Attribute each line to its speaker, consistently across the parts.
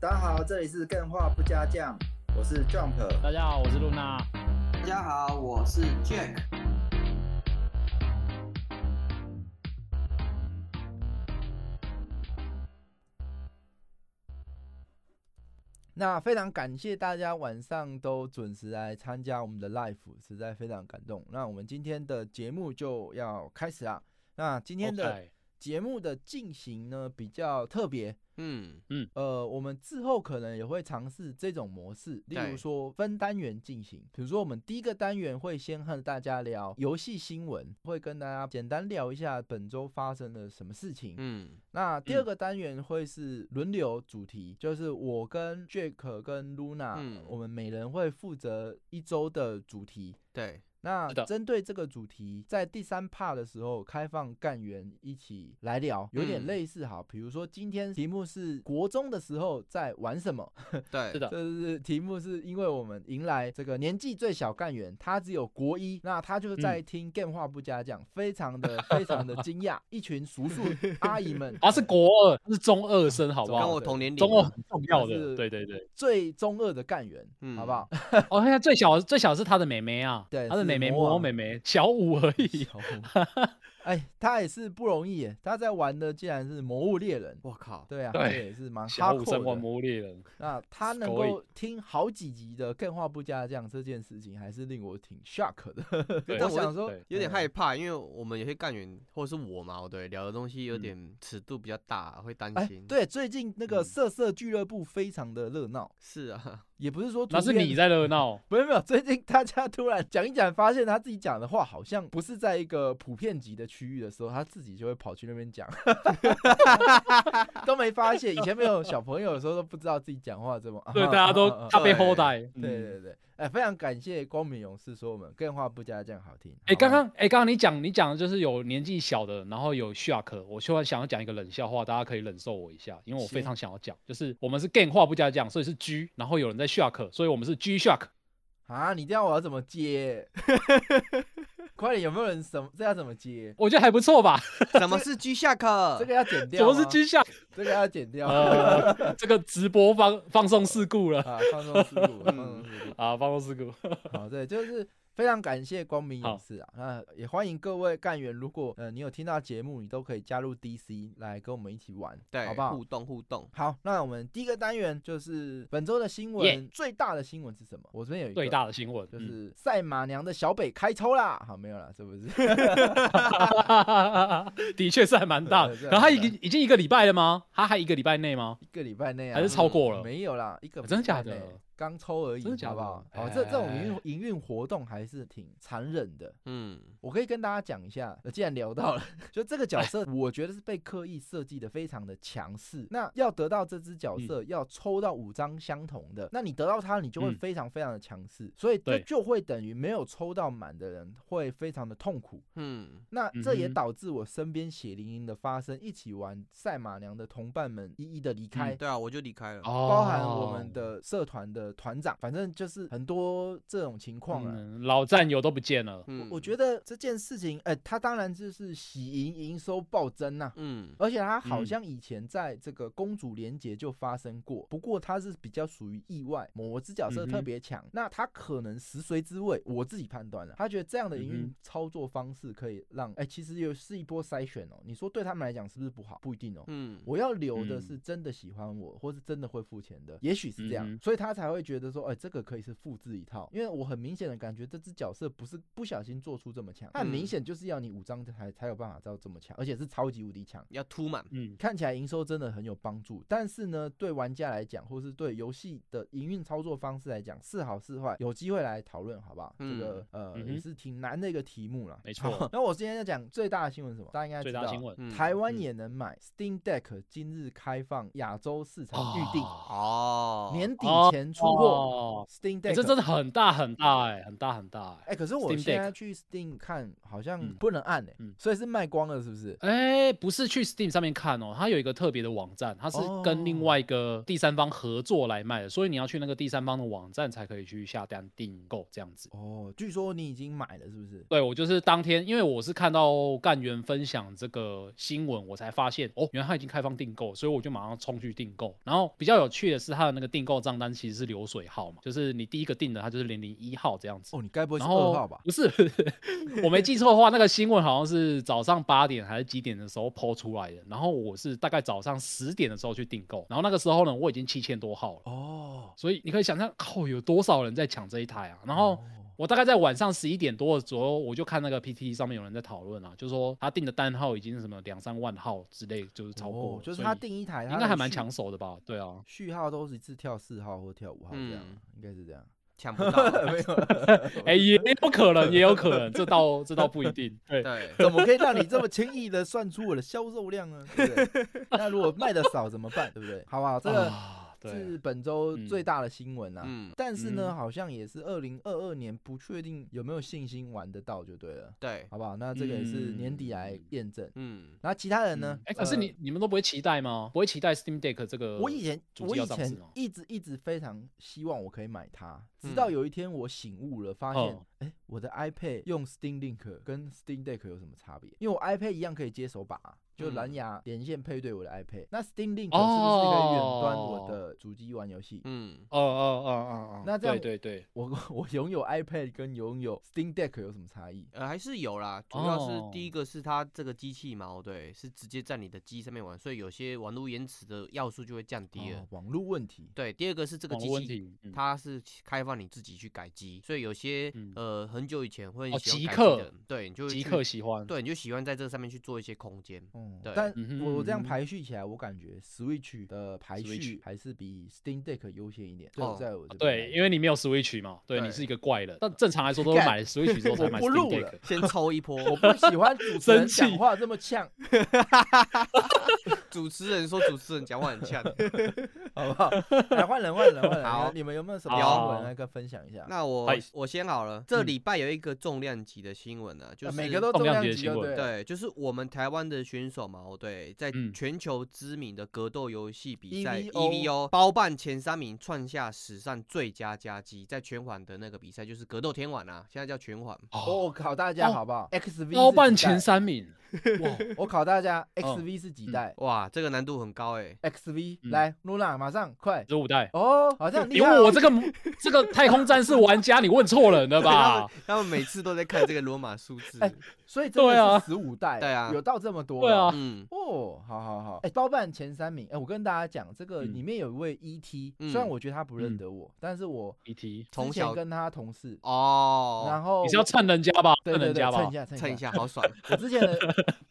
Speaker 1: 大家好，这里是更画不加酱，我是 Jump。
Speaker 2: 大家好，我是露娜。
Speaker 3: 大家好，我是 Jack。
Speaker 4: 那非常感谢大家晚上都准时来参加我们的 live，实在非常感动。那我们今天的节目就要开始啦。那今天的
Speaker 2: OK，
Speaker 4: 节目的进行呢比较特别，
Speaker 3: 嗯，
Speaker 4: 呃，我们之后可能也会尝试这种模式，例
Speaker 3: 对
Speaker 4: 如说分单元进行。比如说，我们第一个单元会先和大家聊游戏新闻，会跟大家简单聊一下本周发生了什么事情。
Speaker 3: 嗯，
Speaker 4: 那第二个单元会是轮流主题，就是我跟 Jack 跟 Luna，、
Speaker 3: 嗯
Speaker 4: 我们每人会负责一周的主题。
Speaker 3: 对，
Speaker 4: 那
Speaker 2: 是的
Speaker 4: 针对这个主题，在第三 part 的时候开放干员一起来聊，有点
Speaker 3: 嗯
Speaker 4: 类似哈，比如说今天题目是国中的时候在玩什么，
Speaker 3: 对，
Speaker 2: 是的
Speaker 4: 这是题目是因为我们迎来这个年纪最小干员，他只有国一，那他就在
Speaker 2: 嗯
Speaker 4: 听 game 话不加酱，非常的非常的惊讶，一群叔 叔阿姨们，
Speaker 2: 啊他是国二，他是中二生，好不
Speaker 3: 跟
Speaker 2: 好？
Speaker 3: 我同年龄
Speaker 2: 中二
Speaker 3: 啊，
Speaker 2: 很重要
Speaker 4: 他是
Speaker 2: 的，对对 对。
Speaker 4: 最中二的干员，
Speaker 3: 嗯
Speaker 4: 好不好？
Speaker 2: 哦，现在最小最小是他的妹妹啊，
Speaker 4: 对
Speaker 2: 他的
Speaker 4: 是
Speaker 2: 妹妹
Speaker 4: 魔
Speaker 2: 摸
Speaker 4: 王
Speaker 2: 妹妹，小五而已。
Speaker 4: 哎，他也是不容易耶，他在玩的竟然是《魔物猎人》。
Speaker 3: 我靠，
Speaker 4: 对啊，
Speaker 2: 对
Speaker 4: 这也是蛮
Speaker 2: 小
Speaker 4: 哈
Speaker 2: 五生
Speaker 4: 扣
Speaker 2: 玩
Speaker 4: 的。
Speaker 2: 魔猎人，
Speaker 4: 那他能
Speaker 2: Scoy
Speaker 4: 够听好几集的《更画不加酱》这件事情，还是令我挺 shock 的。
Speaker 2: 对
Speaker 4: 我想说
Speaker 2: 对，
Speaker 3: 有点
Speaker 4: 嗯
Speaker 3: 害怕，因为我们有些干员或者是我嘛，对，聊的东西有点尺度比较大，会担
Speaker 4: 嗯哎
Speaker 3: 心。，，
Speaker 4: 对，最近那个
Speaker 3: 嗯
Speaker 4: 色色俱乐部非常的热闹，
Speaker 3: 是啊，
Speaker 4: 也不是说
Speaker 2: 那
Speaker 4: 图
Speaker 2: 是
Speaker 4: 片
Speaker 2: 你在热闹。
Speaker 4: 没有没有，最近大家突然讲一讲，发现他自己讲的话好像不是在一个普遍级的区域的时候，他自己就会跑去那边讲， 都没发现。以前没有小 朋友的时候都不知道自己讲话怎么。啊
Speaker 2: 对，
Speaker 4: 哈
Speaker 2: 大家都
Speaker 4: 啊啊啊
Speaker 2: 他被
Speaker 3: 对
Speaker 2: hold 带。
Speaker 4: 对对对对，哎，非常感谢光明勇士说我们更话不加酱好听。
Speaker 2: 哎，
Speaker 4: 好
Speaker 2: 刚刚哎，刚刚你讲你讲的就是有年纪小的，然后有 shark，我突然想要讲一个冷笑话，大家可以忍受我一下，因为我非
Speaker 4: 行
Speaker 2: 常想要讲，就是我们是 gang 话不加酱，所以是 G，然后有人在 shark，所以我们是 G shark。
Speaker 4: 啊，你这样我要怎么 接？快点，有没有人什么这要怎么接？
Speaker 2: 我觉得还不错吧？
Speaker 3: 什么是居下课？
Speaker 4: 这个要剪掉
Speaker 2: 什
Speaker 4: 吗。
Speaker 2: 么是 G shark？
Speaker 4: 这个要剪掉。啊，
Speaker 2: 呃，这个直播放放送事故了
Speaker 4: 放松思路， 放松思路。
Speaker 2: 啊，放送事故。
Speaker 4: 好，对，就是非常感谢光明勇
Speaker 2: 好
Speaker 4: 士啊，那也欢迎各位干员，如果呃你有听到节目，你都可以加入 DC 来跟我们一起玩，
Speaker 3: 对，
Speaker 4: 好不好
Speaker 3: 互？动互动，
Speaker 4: 好，那我们第一个单元就是本周的新闻
Speaker 2: Yeah
Speaker 4: 最大的新闻是什么？我这边有一个
Speaker 2: 最大的新闻嗯
Speaker 4: 就是赛马娘的小北开抽啦，好没有啦，是不是？
Speaker 2: 的确是还蛮大的。
Speaker 4: 对对
Speaker 2: 可他已
Speaker 4: 对
Speaker 2: 经已经一个礼拜了吗？他还一个礼拜内吗？
Speaker 4: 一个礼拜内啊，
Speaker 2: 还是超过了
Speaker 4: 没有啦，一个
Speaker 2: 啊真的假
Speaker 4: 礼拜内
Speaker 2: 的？
Speaker 4: 刚抽而已，
Speaker 2: 真的假
Speaker 4: 好不
Speaker 2: 的
Speaker 4: 好？好，这这种营运
Speaker 2: 哎
Speaker 4: 营运活动还是挺残忍的，
Speaker 3: 嗯，
Speaker 4: 我可以跟大家讲一下，呃既然聊到了， 就这个角
Speaker 2: 哎
Speaker 4: 色，我觉得是被刻意设计的非常的强势。那要得到这只角色，要抽到五张相同的，那你得到它，你就会
Speaker 2: 嗯
Speaker 4: 非常非常的强势，所以就
Speaker 2: 对
Speaker 4: 就会等于没有抽到满的人会非常的痛苦。
Speaker 3: 嗯，
Speaker 4: 那这也
Speaker 2: 嗯哼
Speaker 4: 导致我身边血淋淋的发生，一起玩赛马娘的同伴们一一的
Speaker 2: 嗯
Speaker 4: 离开。
Speaker 3: 对啊，我就离开了。
Speaker 2: 哦
Speaker 4: 包含我们的社团的团长，反正就是很多这种情况啊。
Speaker 2: 嗯老战友都不见了。
Speaker 3: 嗯，
Speaker 4: 我
Speaker 3: 得，
Speaker 4: 觉得这件事情，哎、他当然就是喜迎营收暴增呐、
Speaker 3: 嗯，
Speaker 4: 而且他好
Speaker 2: 嗯
Speaker 4: 像以前在这个公主联结就发生过，不过他是比较属于意外，某只角色
Speaker 2: 嗯哼
Speaker 4: 特别强，那他可能食髓知味，我自己判断了，他觉得这样的营
Speaker 2: 嗯
Speaker 4: 运
Speaker 2: 哼
Speaker 4: 操作方式可以让，哎、其实也是一波筛选哦。你说对他们来讲是不是不好？不一定哦。
Speaker 3: 嗯，
Speaker 4: 我要留的
Speaker 2: 嗯
Speaker 4: 是真的喜欢我，或是真的会付钱的，也许是这样，
Speaker 2: 嗯哼
Speaker 4: 所以他才会觉得说，哎、这个可以是复制一套，因为我很明显的感觉这只角色不是不小心做出这么强，他很明
Speaker 3: 嗯
Speaker 4: 显就是要你五张才才有办法到这么强，而且是超级无敌强。
Speaker 3: 要突满，
Speaker 2: 嗯，
Speaker 4: 看起来营收真的很有帮助，但是呢，对玩家来讲，或是对游戏的营运操作方式来讲，是好是坏，有机会来讨论，好不好？
Speaker 3: 嗯
Speaker 4: 这个呃、
Speaker 2: 嗯哼
Speaker 4: 也是挺难的一个题目啦。
Speaker 2: 没错
Speaker 4: 好那我今天要讲最大的新闻是什么？大家应该
Speaker 2: 最
Speaker 4: 知
Speaker 2: 大
Speaker 4: 道。啊
Speaker 2: 新闻。
Speaker 3: 嗯
Speaker 4: 台湾
Speaker 2: 嗯
Speaker 4: 也能买 Steam Deck，今日开放亚洲市场预定，
Speaker 3: 哦，
Speaker 4: 年底
Speaker 2: 哦
Speaker 4: 前出货。
Speaker 2: 哦
Speaker 4: Steam
Speaker 2: 哎
Speaker 4: Deck
Speaker 2: 这真的很大很大哎，很大很大哎。
Speaker 4: 哎，可是我
Speaker 2: Steam
Speaker 4: 现
Speaker 2: Deck
Speaker 4: 在去 Steam 看，好像
Speaker 2: 嗯
Speaker 4: 不能按哎
Speaker 2: 嗯，
Speaker 4: 所以是卖光了是不是？
Speaker 2: 哎，不是去 Steam 上面看哦，它有一个特别的网站，它是跟
Speaker 4: 哦
Speaker 2: 另外一个第三方合作来卖的，所以你要去那个第三方的网站才可以去下单订购这样子。
Speaker 4: 哦，据说你已经买了是不是？
Speaker 2: 对我就是当天，因为我是看到干员分享这个新闻，我才发现哦，原来他已经开放订购，所以我就马上冲去订购。然后比较有趣的是，它的那个订购账单其实是流水号嘛，就是你第一个订的，它就是零零一号这样子。
Speaker 4: 哦，你该不会是
Speaker 2: 然
Speaker 4: 二
Speaker 2: 后
Speaker 4: 号吧？
Speaker 2: 不是， 我没记错的话，那个新闻好像是早上八点还是几点的时候抛出来的。然后我是大概早上十点的时候去订购，然后那个时候呢，我已经七千多号了。
Speaker 4: 哦，
Speaker 2: 所以你可以想象，靠，有多少人在抢这一台啊？然后
Speaker 4: 哦
Speaker 2: 我大概在晚上十一点多左右，我就看那个 PT 上面有人在讨论啊，就说他订的单号已经是什么两三万号之类，就是超过
Speaker 4: 哦
Speaker 2: 了，
Speaker 4: 就是
Speaker 2: 所
Speaker 4: 他
Speaker 2: 以
Speaker 4: 订一台，
Speaker 2: 应
Speaker 4: 他
Speaker 2: 该
Speaker 4: 的
Speaker 2: 还蛮
Speaker 4: 序
Speaker 2: 抢手的吧？对啊，
Speaker 4: 序号都是一次跳四号或跳五号这样，啊
Speaker 3: 嗯
Speaker 4: 应该是这样。
Speaker 3: 抢不到
Speaker 4: 没
Speaker 3: 啊。
Speaker 4: 有，
Speaker 2: 哎、也有可能，也有可能，这倒这倒不一定。对，
Speaker 3: 对，
Speaker 4: 怎么可以让你这么轻易的算出我的销售量呢？对不 对？那如果卖的少怎么办？对不对？好吧，这个
Speaker 2: 啊，对
Speaker 4: 是本周
Speaker 2: 嗯
Speaker 4: 最大的新闻啊。
Speaker 3: 嗯，
Speaker 4: 但是
Speaker 2: 嗯
Speaker 4: 呢，好像也是二零二二年，不确定有没有信心玩得到就对了，
Speaker 3: 对，
Speaker 4: 好不好？那这个也是年底来
Speaker 2: 嗯
Speaker 4: 验证。
Speaker 3: 嗯，
Speaker 4: 然后其他人呢
Speaker 2: 嗯，？哎、可是
Speaker 4: 呃
Speaker 2: 你、你们都不会期待吗？不会期待 Steam Deck 这个？
Speaker 4: 我以前
Speaker 2: 主
Speaker 4: 我
Speaker 2: 机要
Speaker 4: 以
Speaker 2: 上市
Speaker 4: 前
Speaker 2: 吗？
Speaker 4: 一直一直非常希望我可以买它，直到
Speaker 3: 嗯
Speaker 4: 有一天我醒悟了，发现哎、
Speaker 2: 哦
Speaker 4: 诶我的 iPad 用 Steam Link 跟 Steam Deck 有什么差别？因为我 iPad 一样可以接手把、就蓝
Speaker 3: 嗯
Speaker 4: 牙连线配对我的 iPad，那 Steam Link 是不是可以远端
Speaker 2: 哦
Speaker 4: 我的主机玩游戏？
Speaker 3: 嗯，
Speaker 2: 哦哦哦哦哦，
Speaker 4: 那这样
Speaker 2: 对对对，
Speaker 4: 我 我拥有 iPad 跟拥有 Steam Deck 有什么差异？
Speaker 3: 呃，还是有啦，主要是第一
Speaker 2: 哦
Speaker 3: 个是它这个机器嘛，哦对，是直接在你的机上面玩，所以有些网络延迟的要素就会降低了
Speaker 4: 哦。网络问题，
Speaker 3: 对，第二个是这个
Speaker 2: 网
Speaker 3: 机
Speaker 2: 络问
Speaker 3: 器。
Speaker 2: 题，嗯
Speaker 3: 它是其开放你自己去改机，所以有些、
Speaker 2: 嗯
Speaker 3: 呃很久以前会
Speaker 2: 哦
Speaker 3: 很喜欢
Speaker 2: 极
Speaker 3: 改机
Speaker 2: 客
Speaker 3: 的人，对，你就会
Speaker 2: 极
Speaker 3: 去
Speaker 2: 客喜欢。
Speaker 3: 对，你就喜欢在这上面去做一些空间。
Speaker 4: 嗯
Speaker 3: 对
Speaker 4: 但
Speaker 2: 嗯哼
Speaker 4: 我我这样
Speaker 2: 嗯哼
Speaker 4: 排序起来，我感觉 Switch 的排
Speaker 2: Switch
Speaker 4: 序还是比 Steam Deck 优先一点。对我
Speaker 3: 哦
Speaker 4: 在我这边来
Speaker 2: 对，
Speaker 4: 讲
Speaker 2: 因为你没有 Switch 嘛，对你
Speaker 3: 对
Speaker 2: 是一个怪人。但正常来说，都是
Speaker 4: 干
Speaker 2: 买了 Switch 之后才
Speaker 4: 我
Speaker 2: 买
Speaker 4: 不
Speaker 2: Steam
Speaker 4: 录了
Speaker 2: Deck。
Speaker 3: 先抽一波，
Speaker 4: 我不喜欢主持人
Speaker 2: 生气
Speaker 4: 讲话这么呛，
Speaker 3: 主持人说主持人讲话很呛。
Speaker 4: 好不好？ 来换人，换人，换人。
Speaker 3: 好
Speaker 4: 你们有没有什么
Speaker 3: 好
Speaker 4: 新闻啊来跟分享一下？
Speaker 3: 那我
Speaker 2: 嗨
Speaker 3: 我先好了，这
Speaker 2: 嗯
Speaker 3: 礼拜有一个重量级的新闻啊，就
Speaker 4: 呃
Speaker 3: 是
Speaker 4: 每个都
Speaker 2: 重
Speaker 4: 重
Speaker 2: 量
Speaker 4: 量
Speaker 2: 级
Speaker 4: 级
Speaker 2: 的新
Speaker 4: 就
Speaker 2: 闻
Speaker 4: 对了。
Speaker 3: 对，就是我们台湾的选手嘛，哦对，在
Speaker 2: 嗯
Speaker 3: 全球知名的格斗游戏比赛
Speaker 4: EVO
Speaker 3: EVO 包办前三名，创下史上最佳佳绩，在全环的那个比赛就是格斗天环啊，现在叫全环。
Speaker 2: 哦，
Speaker 4: 我考大家
Speaker 2: 哦
Speaker 4: 好不好？XV
Speaker 2: 包
Speaker 4: 是
Speaker 2: 办
Speaker 4: 几代
Speaker 2: 前，三名，哇，
Speaker 4: 我考大家
Speaker 2: 嗯
Speaker 4: XV 是几代
Speaker 3: 哇，这个难度很高哎、
Speaker 4: ？XV
Speaker 2: 嗯
Speaker 4: 来，露娜马上快
Speaker 2: 十五代。
Speaker 4: 哦，好像
Speaker 2: 你问我这 个啊这个太空战士玩家，你问错人了吧？
Speaker 3: 他们每次都在看这个罗马数字。
Speaker 4: 哎所以真
Speaker 2: 对啊
Speaker 4: 的是十五代，
Speaker 3: 对啊
Speaker 4: 有到这么多，
Speaker 2: 对啊。
Speaker 3: 嗯，
Speaker 4: 哦，好好好，哎、包办前三名，哎、我跟大家讲，这个
Speaker 2: 嗯
Speaker 4: 里面有一位 ET，、
Speaker 3: 嗯
Speaker 4: 虽然我觉得他不认
Speaker 2: 嗯
Speaker 4: 得我，但是我
Speaker 2: E.T.
Speaker 4: 之
Speaker 3: 从
Speaker 4: 前
Speaker 3: 小
Speaker 4: 跟他同事，
Speaker 3: 哦，
Speaker 4: 然后
Speaker 2: 你是要蹭人家吧？
Speaker 4: 对
Speaker 2: 蹭
Speaker 4: 对
Speaker 2: 人
Speaker 4: 对，
Speaker 2: 家
Speaker 4: 蹭
Speaker 2: 吧
Speaker 4: 一？下，蹭
Speaker 3: 蹭一
Speaker 4: 一下。
Speaker 3: 下，好爽。
Speaker 4: 我之前的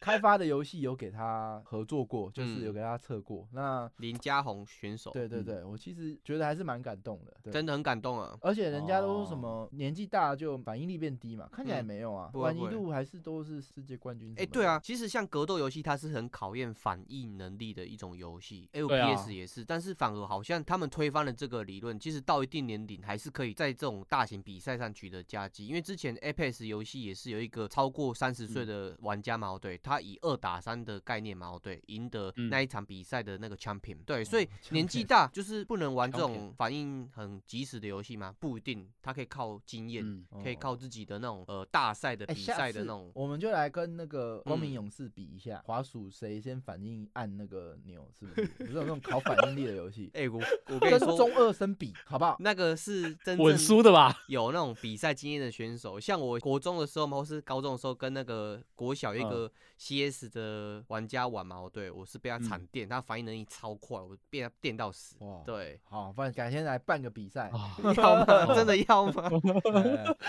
Speaker 4: 开发的游戏有给他合作过，就是有
Speaker 3: 嗯
Speaker 4: 给他测过。那
Speaker 3: 林家宏选手，嗯
Speaker 4: 对对对，我其实觉得还是蛮感动的，对
Speaker 3: 真的很感动啊。
Speaker 4: 而且人家都说什
Speaker 2: 哦
Speaker 4: 么年纪大了就反应力变低嘛，看起来
Speaker 3: 嗯
Speaker 4: 没有啊，
Speaker 3: 不会
Speaker 4: 玩一
Speaker 3: 不会
Speaker 4: 度还是都是世界冠军。
Speaker 3: 哎、对啊，，其实像格斗游戏，它是很考验反应能力的一种游戏
Speaker 2: 对啊
Speaker 3: ，FPS 也是，但是反而好像他们推翻了这个理论，其实到一定年龄还是可以在这种大型比赛上取得佳绩，因为之前 FPS 游戏也是有一个超过三十岁
Speaker 2: 嗯
Speaker 3: 的玩家嘛，哦对，他以二打三的概念嘛，哦对，赢得
Speaker 2: 嗯
Speaker 3: 那一场比赛的那个 champion，对，所以
Speaker 4: 哦
Speaker 3: 年纪
Speaker 4: champion
Speaker 3: 大就是不能玩这
Speaker 2: champion
Speaker 3: 种反应很及时的游戏吗？不一定，他可以靠经验。
Speaker 2: 嗯，
Speaker 4: 哦
Speaker 3: 可以靠自己的那种呃大赛的
Speaker 4: 哎，
Speaker 3: 比
Speaker 4: 下
Speaker 3: 赛
Speaker 4: 次
Speaker 3: 的那种
Speaker 4: 我们就来跟那个光明
Speaker 3: 嗯，
Speaker 4: 勇士比一下，滑鼠谁先反应按那个钮，是不是？不是有那种考反应力的游戏
Speaker 3: 哎、我我跟
Speaker 4: 跟
Speaker 3: 你说
Speaker 4: 中，二生比，好不好？
Speaker 3: 那个是真
Speaker 2: 稳
Speaker 3: 正
Speaker 2: 输的 吧？
Speaker 3: 有那种比赛经验的选手。像我国中的时候嘛，或是高中的时候，跟那个国小一
Speaker 2: 嗯
Speaker 3: 个 CS 的玩家玩嘛，哦对我是被他惨
Speaker 2: 嗯
Speaker 3: 电，他反应能力超快，我被他电到死。
Speaker 4: 哇，，，
Speaker 3: 对
Speaker 4: 哦好，不然改天来办个比赛。
Speaker 2: 啊，
Speaker 3: 要吗？真的要 吗？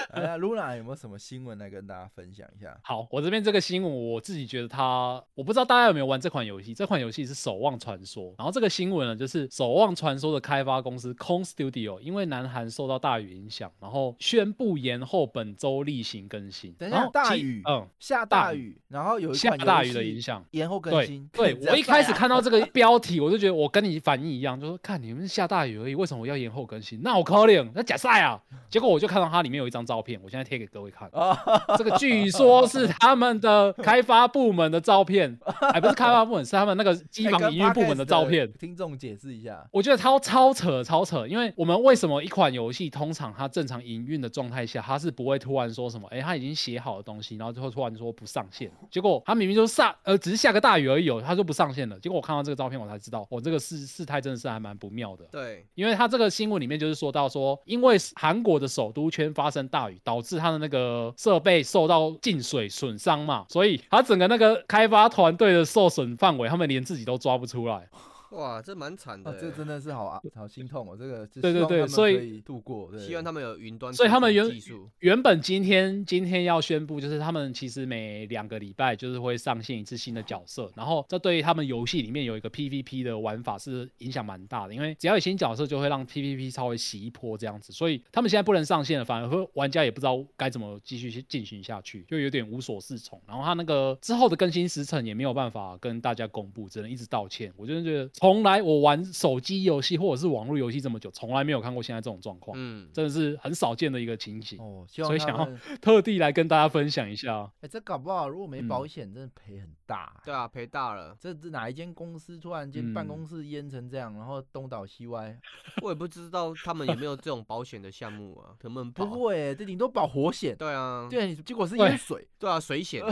Speaker 4: 哎，Luna 有没有什么新闻来跟大家分享一下？
Speaker 2: 好，我这边这个新闻，我自己觉得它，我不知道大家有没有玩这款游戏。这款游戏是《守望传说》，然后这个新闻呢，就是《守望传说》的开发公司 Kong Studio 因为南韩受到大雨影响，然后宣布延后本周例行更新。
Speaker 4: 等一
Speaker 2: 然
Speaker 4: 下，
Speaker 2: 后
Speaker 4: 大
Speaker 2: 其
Speaker 4: 雨，
Speaker 2: 嗯，
Speaker 4: 下
Speaker 2: 大
Speaker 4: 大
Speaker 2: 雨
Speaker 4: 雨，然后有一
Speaker 2: 下
Speaker 4: 款
Speaker 2: 大
Speaker 4: 游
Speaker 2: 雨的
Speaker 4: 戏
Speaker 2: 影响。
Speaker 4: 延后更
Speaker 2: 对
Speaker 4: 新。
Speaker 2: 对，我一开始看到这个标题，我就觉得我跟你反应一样，就说看你们下大雨而已，为什么要延后更新？那我可怜，那假赛啊！结果我就看到它里面有一张照片，我现在贴给各位看。
Speaker 4: 啊，
Speaker 2: 这个据说是他们的开发部门的照片，哎，不是开发部门，是他们那个机
Speaker 4: 哎
Speaker 2: 房
Speaker 4: 跟
Speaker 2: 营运部
Speaker 4: podcast
Speaker 2: 门的照片。
Speaker 4: 听众解释一下，
Speaker 2: 我觉得超超扯超扯，因为我们为什么一款游戏通常它正常营运的状态下，它是不会突然说什么，哎，它已经写好的东西，然后最后突然说不上线，结果它明明就下呃只是下个大雨而已、哦，它就不上线了。结果我看到这个照片，我才知道，我、哦这个事事态真的是还蛮不妙的。
Speaker 3: 对，
Speaker 2: 因为它这个新闻里面就是说到说，因为韩国的首都圈发生大雨，导致它的那个设备受到进水损伤嘛，所以它整个那个开发团队的受损范围，他们连自己都抓不出来。
Speaker 3: 哇，这蛮惨的
Speaker 4: 啊
Speaker 3: 欸、
Speaker 4: 这真的是好啊，好心痛哦。这个就
Speaker 2: 对
Speaker 4: 希
Speaker 2: 对
Speaker 4: 望
Speaker 2: 对
Speaker 4: 他们
Speaker 2: 所以
Speaker 4: 可以度过，对
Speaker 3: 希望他们有云端储
Speaker 2: 所以他们
Speaker 3: 存
Speaker 2: 原
Speaker 3: 技术。
Speaker 2: 原本今天今天要宣布，就是他们其实每两个礼拜就是会上线一次新的角色，然后这对于他们游戏里面有一个 PVP 的玩法是影响蛮大的，因为只要有新角色就会让 PVP 稍微洗一波这样子，所以他们现在不能上线了，反而会玩家也不知道该怎么继续去进行下去，就有点无所适从。然后他那个之后的更新时程也没有办法跟大家公布，只能一直道歉。我真的觉得从来我玩手机游戏或者是网络游戏这么久，从来没有看过现在这种状况，
Speaker 3: 嗯，
Speaker 2: 真的是很少见的一个情形。
Speaker 4: 哦，希
Speaker 2: 所
Speaker 4: 望
Speaker 2: 以想
Speaker 4: 他
Speaker 2: 要
Speaker 4: 们
Speaker 2: 特地来跟大家分享一下。哦
Speaker 4: 哎，这搞不好如果没
Speaker 2: 嗯
Speaker 4: 保险，真的赔很大。哎
Speaker 3: 对啊，赔大了，
Speaker 4: 这这哪一间公司突然间
Speaker 2: 嗯
Speaker 4: 办公室淹成这样，然后东倒西歪？
Speaker 3: 我也不知道他们有没有这种保险的项目啊，能不能
Speaker 4: 不
Speaker 3: 保？
Speaker 4: 会，欸这顶多保活险。
Speaker 3: 对啊，
Speaker 4: 对，结果是
Speaker 2: 对
Speaker 4: 淹水，
Speaker 3: 对啊，水 险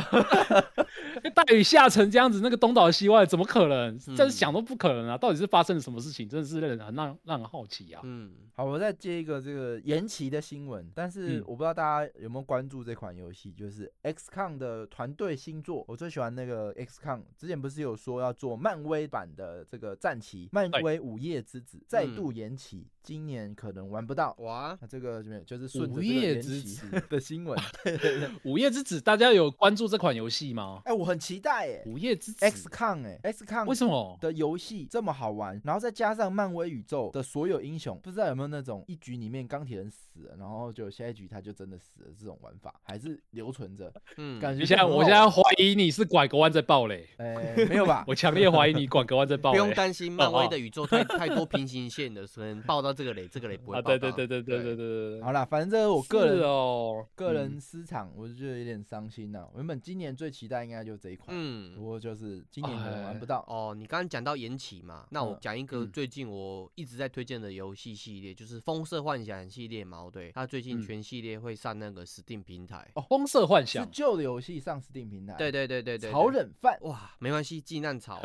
Speaker 2: 大雨下成这样子，那个东倒西歪，怎么可能？
Speaker 3: 嗯
Speaker 2: 真是想都不可能啊！到底是发生了什么事情？真的是让人很让让人好奇啊！
Speaker 3: 嗯，
Speaker 4: 好，我再接一个这个延期的新闻，但是
Speaker 2: 嗯
Speaker 4: 我不知道大家有没有关注这款游戏，就是 XCOM 的团队新作。我最喜欢那个 XCOM，之前不是有说要做漫威版的这个战旗，漫
Speaker 2: 对嗯
Speaker 4: 威午夜之子再度延期，今年可能玩不到。
Speaker 3: 哇，
Speaker 4: 那这个就没有就是顺着
Speaker 2: 午
Speaker 4: 这个
Speaker 2: 夜
Speaker 4: 延
Speaker 2: 之
Speaker 4: 期
Speaker 2: 子
Speaker 4: 的新闻，
Speaker 2: 午夜之子，大家有关注这款游戏吗？
Speaker 4: 哎、我很期待耶
Speaker 2: 午夜之子
Speaker 4: ，XCOM 哎，XCOM
Speaker 2: 为什么？
Speaker 4: 的游戏这么好玩，然后再加上漫威宇宙的所有英雄，不知道有没有那种一局里面钢铁人死了，然后就下一局他就真的死了这种玩法，还是留存着，
Speaker 3: 嗯，
Speaker 4: 感觉
Speaker 2: 你现在
Speaker 4: 就很好
Speaker 2: 我
Speaker 4: 玩
Speaker 2: 现在怀疑你是拐个弯在爆雷，？
Speaker 4: 哎没有吧
Speaker 2: 我强烈怀疑你拐个弯在爆
Speaker 3: 不用
Speaker 2: 雷。哦
Speaker 3: 担心漫威的宇宙太太多平行线了，可能报到这个雷，这个雷不会
Speaker 2: 啊，
Speaker 3: 报到。
Speaker 2: 对对对对对对对对对
Speaker 4: 好，啦，反正这个我个人、
Speaker 2: 是哦，
Speaker 4: 个
Speaker 2: 嗯
Speaker 4: 人私藏，我就觉得有点伤心呐、我原本今年最期待应该就这一款，不
Speaker 3: 嗯。
Speaker 4: 过就是今年可能玩不到。
Speaker 3: 哦，你刚刚讲到延期嘛，那我
Speaker 4: 嗯
Speaker 3: 讲一个
Speaker 2: 嗯
Speaker 3: 最近我一直在推荐的游戏系列，就是《风色幻想》系列嘛，哦对，它最近
Speaker 2: 嗯
Speaker 3: 全系列会上那个 Steam 平台。
Speaker 2: 风哎色幻
Speaker 4: 是
Speaker 2: 想，
Speaker 4: 旧的游戏上 Steam 平台，
Speaker 3: 对对对对对，
Speaker 4: 哎潮
Speaker 3: 对
Speaker 4: 冷饭啊
Speaker 3: 哇，没关系，避 难草，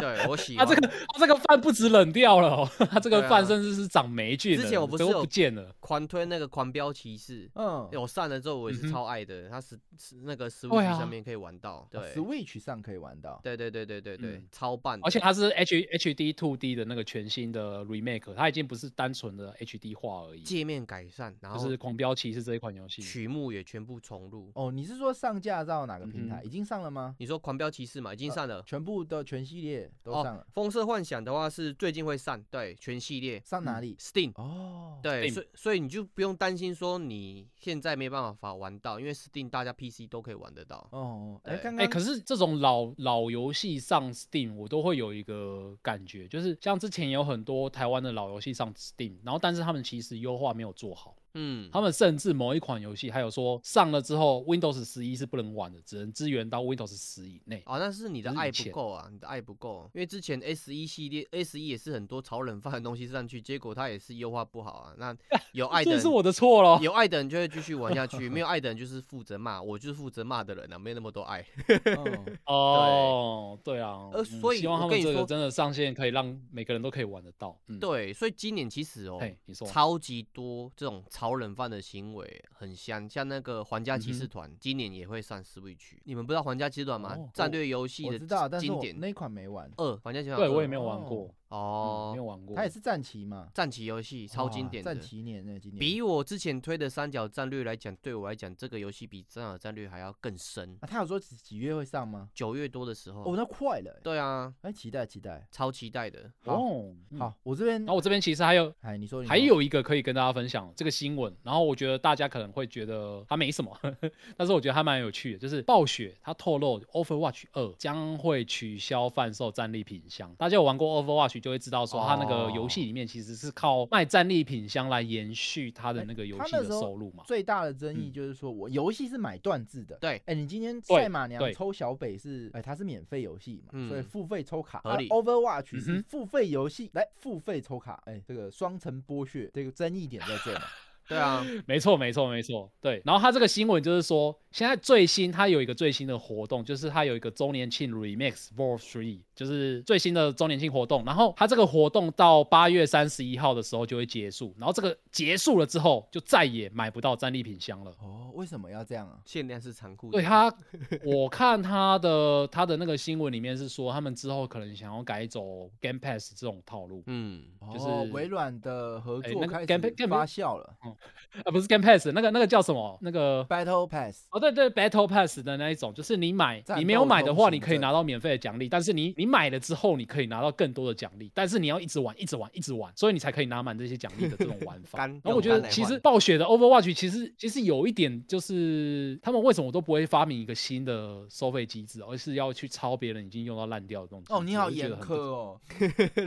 Speaker 3: 对我喜
Speaker 2: 啊
Speaker 3: 欢。
Speaker 2: 这个他这个饭不止冷掉了、哦，他这
Speaker 3: 哦对
Speaker 2: 个
Speaker 3: 啊
Speaker 2: 饭甚至是长霉菌了，
Speaker 3: 之前我不是
Speaker 2: 都
Speaker 3: 有
Speaker 2: 不见了。
Speaker 3: 狂推那个狂飙骑士，哎
Speaker 4: 嗯，
Speaker 3: 我上了之后我
Speaker 2: 嗯
Speaker 3: 也是
Speaker 2: 哼
Speaker 3: 超爱的，它是是那个 Switch
Speaker 2: 对啊
Speaker 3: 上面可以玩到，对
Speaker 4: Switch 上可以玩到。
Speaker 3: 对对对对对对
Speaker 2: 嗯，
Speaker 3: 超棒的，
Speaker 2: 而且它是 H H D Two D 的那个全新的 remake，它已经不是单纯的 H D 化而已，就
Speaker 3: 界面改善，然后
Speaker 2: 是《狂飙骑士》这一款游戏。
Speaker 3: 曲目也全部重录。
Speaker 4: 哦，你是说上架到哪个平
Speaker 2: 嗯
Speaker 4: 台？
Speaker 2: 哼
Speaker 4: 已经上了吗？
Speaker 3: 你说狂飙骑士嘛，已经上了。
Speaker 4: 呃全部的全系列都上了
Speaker 3: 哦，，风色幻想的话是最近会上，对，全系列嗯
Speaker 4: 上哪里？
Speaker 3: Steam。
Speaker 4: 哦，，
Speaker 3: 对，
Speaker 2: Steam
Speaker 3: 所以所以你就不用担心说你现在没办法玩到，因为 Steam 大家 PC 都可以玩得到。
Speaker 4: 哦，哎，
Speaker 3: 对
Speaker 4: 刚
Speaker 2: 哎、
Speaker 4: 刚
Speaker 2: 可是这种老老游戏上 Steam，我都会有一个感觉，就是像之前有很多台湾的老游戏上 Steam，然后但是他们其实优化没有做好，
Speaker 3: 嗯，
Speaker 2: 他们甚至某一款游戏还有说上了之后 Windows 十一是不能玩的，只能支援到 Windows 十以内。
Speaker 3: 哦，那是你的
Speaker 2: 就是以
Speaker 3: 爱不
Speaker 2: 前
Speaker 3: 够啊，你的爱不够。因为之前 S 一系列，S 一也是很多炒冷饭的东西上去，结果它也是优化不好啊。 那有爱的
Speaker 2: 这
Speaker 3: 人
Speaker 2: 是，我的错咯。
Speaker 3: 有爱的人就会继续玩 下去，没有爱的人就是负责骂，我就是负责骂的人啊，没有那么多爱。
Speaker 4: 嗯
Speaker 2: 哦，对啊，
Speaker 3: 呃
Speaker 2: 嗯
Speaker 3: 所以
Speaker 2: 希望
Speaker 3: 我
Speaker 2: 他们
Speaker 3: 跟你
Speaker 2: 这个
Speaker 3: 说
Speaker 2: 真的上线可以让每个人都可以玩得到。嗯，
Speaker 3: 对，所以今年其实哦，
Speaker 2: 嘿，你说，
Speaker 3: 超级多这种炒冷饭的行为很香，像那个皇家骑
Speaker 2: 嗯
Speaker 3: 士
Speaker 2: 哼
Speaker 3: 团、今年也会上 Switch，你们不知道皇家骑士团吗？
Speaker 2: 哦
Speaker 3: 啊战略游戏
Speaker 4: 我
Speaker 3: 的
Speaker 4: 知道，但是
Speaker 3: 经
Speaker 4: 我
Speaker 3: 典
Speaker 4: 那款没玩，
Speaker 3: 二，皇家骑士团
Speaker 2: 对
Speaker 3: 二
Speaker 2: 我也没有玩
Speaker 4: 哦
Speaker 2: 过，嗯
Speaker 3: 哦
Speaker 2: 没，有玩过。
Speaker 4: 它也是 战旗嘛，
Speaker 3: 战棋游戏超经
Speaker 4: 哇
Speaker 3: 典的
Speaker 4: 战。旗年那今年
Speaker 3: 比我之前推的三角战略来讲，对我来讲，这个游戏比三角战略还要更深
Speaker 4: 啊，。他有说几几月会上吗？
Speaker 3: 九月多的时
Speaker 4: 哦，
Speaker 3: 候，
Speaker 4: 那快了，
Speaker 3: 对啊，
Speaker 4: 哎，期待期待。
Speaker 3: 超期待的。
Speaker 4: 好，
Speaker 2: 哦，嗯。
Speaker 4: 好，我这边
Speaker 2: 然后，我这边其实还有
Speaker 4: 哎，你说，你
Speaker 2: 还
Speaker 4: 说，
Speaker 2: 有一个可以跟大家分享这个新闻，然后我觉得大家可能会觉得它没什么， 但是我觉得它蛮有趣的，就是暴雪它透露 Overwatch 二将会取消贩售战利品箱。大家有玩过 Overwatch 去，就会知道说它那
Speaker 4: 哦
Speaker 2: 个游戏里面其实是靠卖战利品箱来延续它的那个游
Speaker 4: 他
Speaker 2: 戏
Speaker 4: 哎那
Speaker 2: 的
Speaker 4: 时候
Speaker 2: 收入嘛。
Speaker 4: 最大的争议
Speaker 2: 嗯
Speaker 4: 就是说，我游戏是买断制的。
Speaker 3: 对
Speaker 4: 哎，你今天
Speaker 2: 对
Speaker 4: 赛马娘
Speaker 2: 对
Speaker 4: 抽小北是，哎，它是免费游戏嘛，所以
Speaker 3: 嗯
Speaker 4: 付费抽卡。
Speaker 3: 合
Speaker 4: 啊
Speaker 3: 理
Speaker 4: Overwatch
Speaker 2: 嗯
Speaker 4: 是
Speaker 2: 哼
Speaker 4: 付费游戏，来付费抽卡，哎，这个双层剥削，这个争议点在这嘛。
Speaker 3: 对啊，
Speaker 2: 没错，没错，没错，对。然后它这个新闻就是说，现在最新它有一个最新的活动，就是它有一个周年庆 Remix Vol Three，就是最新的周年庆活动。然后它这个活动到八月三十一号的时候就会结束，然后这个结束了之后就再也买不到战利品箱了。
Speaker 4: 哦，为什么要这样啊？
Speaker 3: 限量是残酷的。
Speaker 2: 对他，我看他的他的那个新闻里面是说，他们之后可能想要改走 Game Pass 这种套路，
Speaker 3: 嗯，
Speaker 2: 就是
Speaker 4: 哦微软的合
Speaker 2: 哎
Speaker 4: 作
Speaker 2: 那个
Speaker 4: 开始
Speaker 2: Game- Game-
Speaker 4: 发酵了
Speaker 2: 啊，不是 Game Pass，那个那个叫什么？那个
Speaker 4: ，Battle Pass。
Speaker 2: 哦，对对，Battle Pass 的那一种，就是你买，
Speaker 4: 战
Speaker 2: 你没有
Speaker 4: 斗
Speaker 2: 买的
Speaker 4: 通
Speaker 2: 话，
Speaker 4: 行
Speaker 2: 你可以
Speaker 4: 证
Speaker 2: 拿到免费的奖励，但是你你买了之后，你可以拿到更多的奖励，但是你要一直玩，一直玩，一直玩，所以你才可以拿满这些奖励的这种玩 法。
Speaker 3: 干
Speaker 2: 然
Speaker 3: 用
Speaker 2: 后我觉
Speaker 3: 干
Speaker 2: 得
Speaker 3: 来
Speaker 2: 其
Speaker 3: 换
Speaker 2: 实暴雪的 Overwatch 其实其实有一点就是，他们为什么都不会发明一个新的收费机制，而是要去抄别人已经用到烂掉的东西？
Speaker 4: 哦，你好
Speaker 2: 我就觉
Speaker 4: 严
Speaker 2: 得很
Speaker 4: 苛
Speaker 2: 不
Speaker 4: 哦。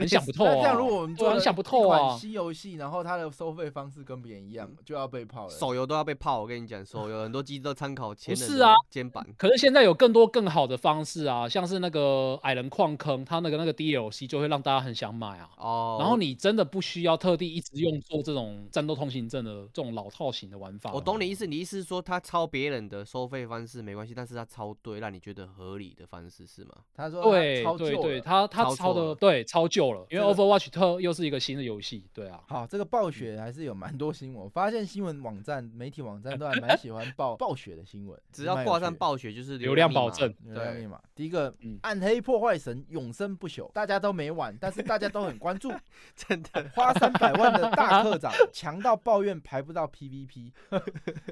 Speaker 2: 很想不透、
Speaker 4: 那
Speaker 2: 啊。
Speaker 4: 这样，如果我们
Speaker 2: 对啊
Speaker 4: 做
Speaker 2: 很
Speaker 4: 了
Speaker 2: 想不
Speaker 4: 一
Speaker 2: 透嗯
Speaker 4: 款
Speaker 2: 啊。
Speaker 4: 新游戏，然后它的收费方式跟别人一样，就要被泡了。
Speaker 3: 手游都要被泡，我跟你讲，手游很多机制都参考前人
Speaker 2: 是
Speaker 3: 的
Speaker 2: 啊
Speaker 3: 肩膀。
Speaker 2: 可是现在有更多更好的方式啊，像是那个矮人矿坑，它那个那个 DLC 就会让大家很想买啊。
Speaker 3: 哦，
Speaker 2: 然后你真的不需要特地一直用做这种战斗通行证的这种老套型的玩法。啊
Speaker 3: 我懂你意思，你意思是说他抄别人的收费方式没关系，但是他抄对，让你觉得合理的方式是吗？
Speaker 4: 他说
Speaker 2: 对
Speaker 4: 他超
Speaker 2: 对
Speaker 4: 旧
Speaker 2: 对，
Speaker 4: 了
Speaker 2: 他他
Speaker 3: 抄
Speaker 2: 抄
Speaker 3: 错
Speaker 2: 的
Speaker 3: 了
Speaker 2: 对抄旧了，因为
Speaker 4: 这个
Speaker 2: Overwatch 特又是一个新的游戏，对啊，
Speaker 4: 好，这个暴雪还是有蛮多新闻，我发现新闻网站、媒体网站都还蛮喜 欢报暴雪的新闻，
Speaker 3: 只要挂上暴雪就是
Speaker 2: 流量
Speaker 3: 量密码
Speaker 2: 保证。
Speaker 4: 流量密
Speaker 3: 对，
Speaker 4: 码。第一个，
Speaker 2: 嗯
Speaker 4: 暗黑破坏神永生不朽，大家都没玩，但是大家都很关注。
Speaker 3: 真的
Speaker 4: 花三百万的大课长强到抱怨排不到 PVP，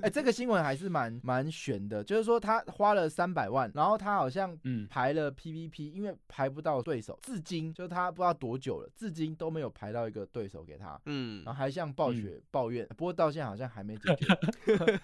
Speaker 4: 哎、这个新闻还是蛮蛮悬的，就是说他花了三百万，然后他好像
Speaker 2: 嗯，
Speaker 4: 排了 PVP，因为排不到对手，至今就是他不知道多久了，至今都没有排到一个对手给他。
Speaker 3: 嗯
Speaker 4: 然后，还向暴
Speaker 2: 嗯
Speaker 4: 雪抱怨，不过到现在好像还没解决。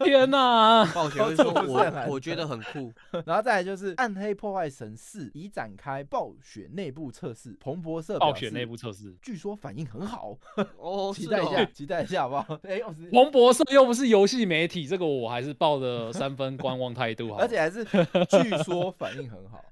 Speaker 2: 天哪、
Speaker 3: 暴雪会
Speaker 4: 这
Speaker 3: 说
Speaker 4: 不是很
Speaker 3: 我
Speaker 4: 难
Speaker 3: 我觉得很酷，
Speaker 4: 然后再来就是《暗黑破坏神四》已展开暴雪内部测试，彭博社
Speaker 2: 暴
Speaker 4: 表
Speaker 2: 雪
Speaker 4: 示
Speaker 2: 内部测试，
Speaker 4: 据说反应很好，
Speaker 3: 哦，
Speaker 4: 期
Speaker 3: 是
Speaker 4: 待一
Speaker 3: 哦
Speaker 4: 下，期待一下好不好？ 哎、我是
Speaker 2: 彭博社又不是游戏媒体，这个我还是抱着三分观望态度好了。
Speaker 4: 而且还是据说反应很 好，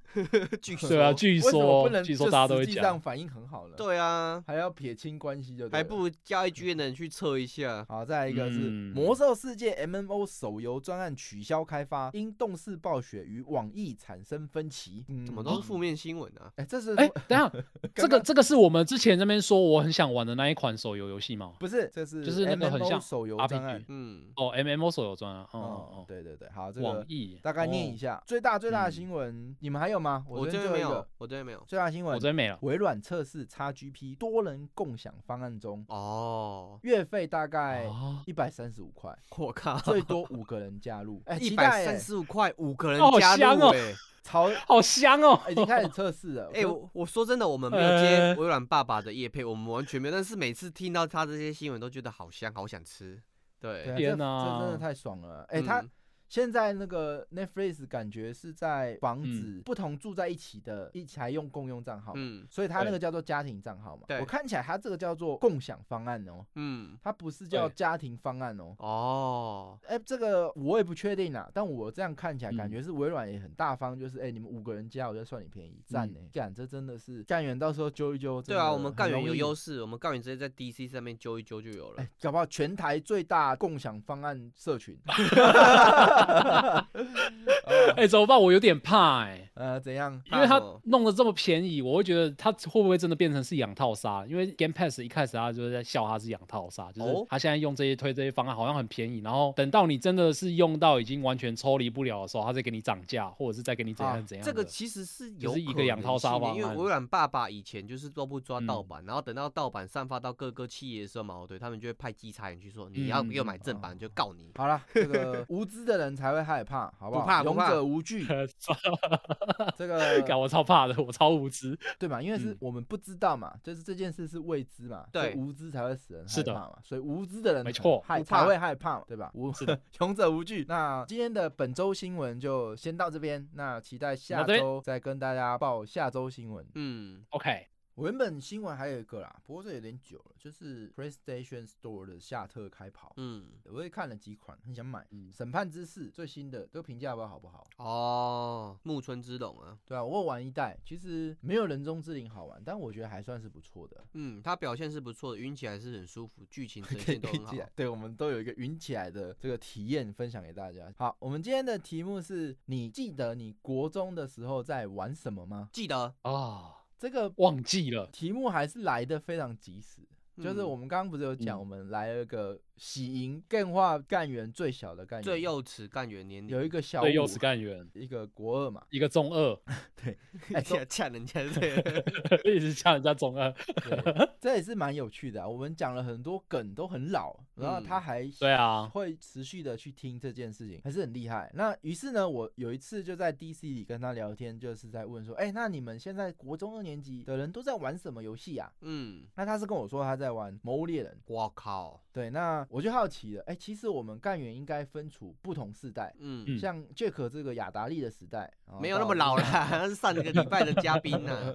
Speaker 3: 据说
Speaker 2: 对啊，据
Speaker 4: 为什么不
Speaker 2: 说
Speaker 4: 能
Speaker 2: 据
Speaker 4: 就
Speaker 2: 说大家都会
Speaker 4: 实际上
Speaker 2: 讲，
Speaker 4: 反应很好呢？，
Speaker 3: 对啊，
Speaker 4: 还要撇清关系就对
Speaker 3: 还
Speaker 4: 了
Speaker 3: 不如叫一局的人去测一下。
Speaker 4: 好，再来一个是《
Speaker 2: 嗯
Speaker 4: 魔兽世界》MMO 手游专案取消开发，因动视暴雪与网易产生分歧。嗯，
Speaker 3: 怎么都是负面新闻啊？
Speaker 4: 哎、这是
Speaker 2: 哎、等 一下，这个这个是我们之前那边说我很想玩的那一款手游游戏吗？
Speaker 4: 不是，这是
Speaker 2: 就是那个很
Speaker 4: MMO
Speaker 2: 像
Speaker 4: 手游专案
Speaker 2: RPG。。
Speaker 3: 嗯，
Speaker 2: 哦，M M O 手游专啊，哦
Speaker 4: 哦
Speaker 2: 哦，
Speaker 4: 对对对，好，这
Speaker 2: 哦，网
Speaker 4: 个
Speaker 2: 易
Speaker 4: 大概念一
Speaker 2: 下，
Speaker 4: 下。最大最大的
Speaker 2: 嗯
Speaker 4: 新闻，你们还有吗？
Speaker 3: 我这
Speaker 4: 这
Speaker 3: 边没
Speaker 4: 边
Speaker 3: 有，我这边没有。
Speaker 4: 最大新
Speaker 2: 我
Speaker 4: 闻
Speaker 2: 这，边没了。
Speaker 4: 微软测试 XGP 多人共享方案中，
Speaker 3: 哦，
Speaker 4: 月费大概
Speaker 2: 哦，
Speaker 4: 一百三十五块，
Speaker 3: 我靠，
Speaker 4: 最多五个人加入。 哎，
Speaker 3: 一
Speaker 4: 期
Speaker 3: 百
Speaker 4: 待
Speaker 3: 三
Speaker 4: 哎
Speaker 3: 十五块，五个人
Speaker 2: 哦好
Speaker 3: 加
Speaker 2: 香
Speaker 3: 入
Speaker 2: 哦
Speaker 3: 哎。
Speaker 4: 超
Speaker 2: 好香哦！
Speaker 4: 已经开始测试了。
Speaker 3: 哎、
Speaker 4: 可
Speaker 3: 我我说真的，我们没有接
Speaker 2: 呃
Speaker 3: 微软爸爸的夜配，我们完全没有。但是每次听到他这些新闻，都觉得好香，好想吃。
Speaker 4: 对
Speaker 3: 对，
Speaker 4: 啊，这
Speaker 2: 天
Speaker 4: 这真的
Speaker 2: 哪
Speaker 4: 太爽了！哎，他
Speaker 3: 嗯
Speaker 4: 现在那个 Netflix 感觉是在防
Speaker 2: 嗯
Speaker 4: 止不同住在一起的一起来用共用账号嘛，
Speaker 3: 嗯
Speaker 4: 所以他那
Speaker 2: 对
Speaker 4: 个叫做家庭账号嘛。
Speaker 3: 对
Speaker 4: 我看起来他这个叫做共享方案哦，
Speaker 3: 嗯，
Speaker 4: 它不是叫
Speaker 2: 对
Speaker 4: 家庭方案哦。
Speaker 3: 哦，
Speaker 4: 哎，这个我也不确定啦，但我这样看起来感
Speaker 2: 嗯
Speaker 4: 觉是微软也很大方，就是哎，你们五个人加，我就算你便宜，赞
Speaker 2: 嗯
Speaker 4: 呢！干，这真的是干员，到时候揪一揪。
Speaker 3: 对啊，我们干员有
Speaker 4: 优势。
Speaker 3: 优势，我们干员直接在 DC 上面揪一揪就有了。
Speaker 4: 哎，搞不好全台最大共享方案社 群。
Speaker 2: 哎、怎么办？我有点怕哎、
Speaker 4: 呃，怎样？
Speaker 2: 因为
Speaker 3: 怕
Speaker 2: 它
Speaker 3: 什么
Speaker 2: 弄得这么便宜，我会觉得它会不会真的变成是养套杀？因为 Game Pass 一开始它就是在笑它是养套杀，就
Speaker 3: 哦
Speaker 2: 是它现在用这些推这些方案好像很便宜，然后等到你真的是用到已经完全抽离不了的时候，它再给你涨价，或者是再给你怎
Speaker 4: 啊
Speaker 2: 样怎样的、
Speaker 3: 这个其实是
Speaker 2: 就
Speaker 3: 有
Speaker 2: 是一个
Speaker 3: 可
Speaker 2: 养
Speaker 3: 能
Speaker 2: 套杀
Speaker 3: 性的
Speaker 2: 方
Speaker 3: 因为
Speaker 2: 案
Speaker 3: 微软爸爸以前就是都不抓盗
Speaker 2: 嗯
Speaker 3: 版，然后等到盗版散发到各个企业的时候嘛，哦对他们就会派稽查员去说，你要给我
Speaker 2: 嗯，
Speaker 3: 买正版就告你。
Speaker 4: 好了，这个无知的人才会害怕，好不好？
Speaker 3: 不怕不
Speaker 4: 勇
Speaker 3: 怕
Speaker 4: 者无惧 这
Speaker 2: 搞
Speaker 4: 个
Speaker 2: 我超怕的，我超无知。
Speaker 4: 对嘛？因为是
Speaker 2: 嗯
Speaker 4: 我们不知道嘛，就是这件事是未知嘛，所以
Speaker 3: 对
Speaker 4: 无知才会使人害
Speaker 2: 是的
Speaker 4: 怕嘛，所以无知的人
Speaker 2: 没
Speaker 4: 才
Speaker 2: 错
Speaker 4: 害
Speaker 3: 不怕
Speaker 4: 才会害怕嘛，对吧？无
Speaker 2: 是的
Speaker 4: 勇者无惧。那今天的本周新闻就先到这边，那期待下
Speaker 2: 到这边
Speaker 4: 周再跟大家报下周新闻。
Speaker 3: 嗯，
Speaker 2: OK，
Speaker 4: 我原本新闻还有一个啦，不过这有点久了，就是 PlayStation Store 的夏特开跑，
Speaker 3: 嗯，
Speaker 4: 我也看了几款，很想买。
Speaker 2: 嗯
Speaker 4: 审判之四最新的，都评价不知道好不好？
Speaker 3: 哦，木村之龙啊，
Speaker 4: 对啊，我有玩一代，其实没有人中之灵好玩，但我觉得还算是不错的。
Speaker 3: 嗯，他表现是不错的，晕起来是很舒服，剧 情呈
Speaker 4: 可以
Speaker 3: 现都很
Speaker 4: 晕
Speaker 3: 好
Speaker 4: 起。来，对我们都有一个云起来的这个体验分享给大家。好，我们今天的题目是你记得你国中的时候在玩什么吗？
Speaker 3: 记得
Speaker 2: 啊，
Speaker 4: 这个
Speaker 2: 忘记了，
Speaker 4: 题目还是来的非常及时，就是
Speaker 3: 嗯
Speaker 4: 我们刚刚不是有讲，
Speaker 2: 嗯
Speaker 4: 我们来了个喜迎干化干员最小的干员，
Speaker 3: 最 幼齿干员年龄，
Speaker 4: 有一个小
Speaker 2: 对，
Speaker 4: 五
Speaker 2: 又是干员，
Speaker 4: 一个国二嘛，
Speaker 2: 一个中二，
Speaker 4: 哎
Speaker 3: 而且呛人家 对，
Speaker 2: 一直呛人家中二，
Speaker 4: 对这也是蛮有趣的、啊。我们讲了很多梗都很老，然后
Speaker 3: 嗯
Speaker 4: 他还
Speaker 2: 对啊，
Speaker 4: 会持续的去听这件事情，还是很厉害。那于是呢，我有一次就在 DC 里跟他聊天，就是在问说，哎、那你们现在国中二年级的人都在玩什么游戏啊？
Speaker 3: 嗯，
Speaker 4: 那他是跟我说他在玩《魔物猎人》，
Speaker 3: 我靠，
Speaker 4: 对，那我就好奇了，哎、其实我们干员应该分处不同世代，
Speaker 3: 嗯
Speaker 2: 嗯，
Speaker 4: 像 Jack 这个雅达利的时代，然后
Speaker 3: 没有那
Speaker 4: 到
Speaker 3: 么老啦， 他是上个礼拜的嘉 宾呢。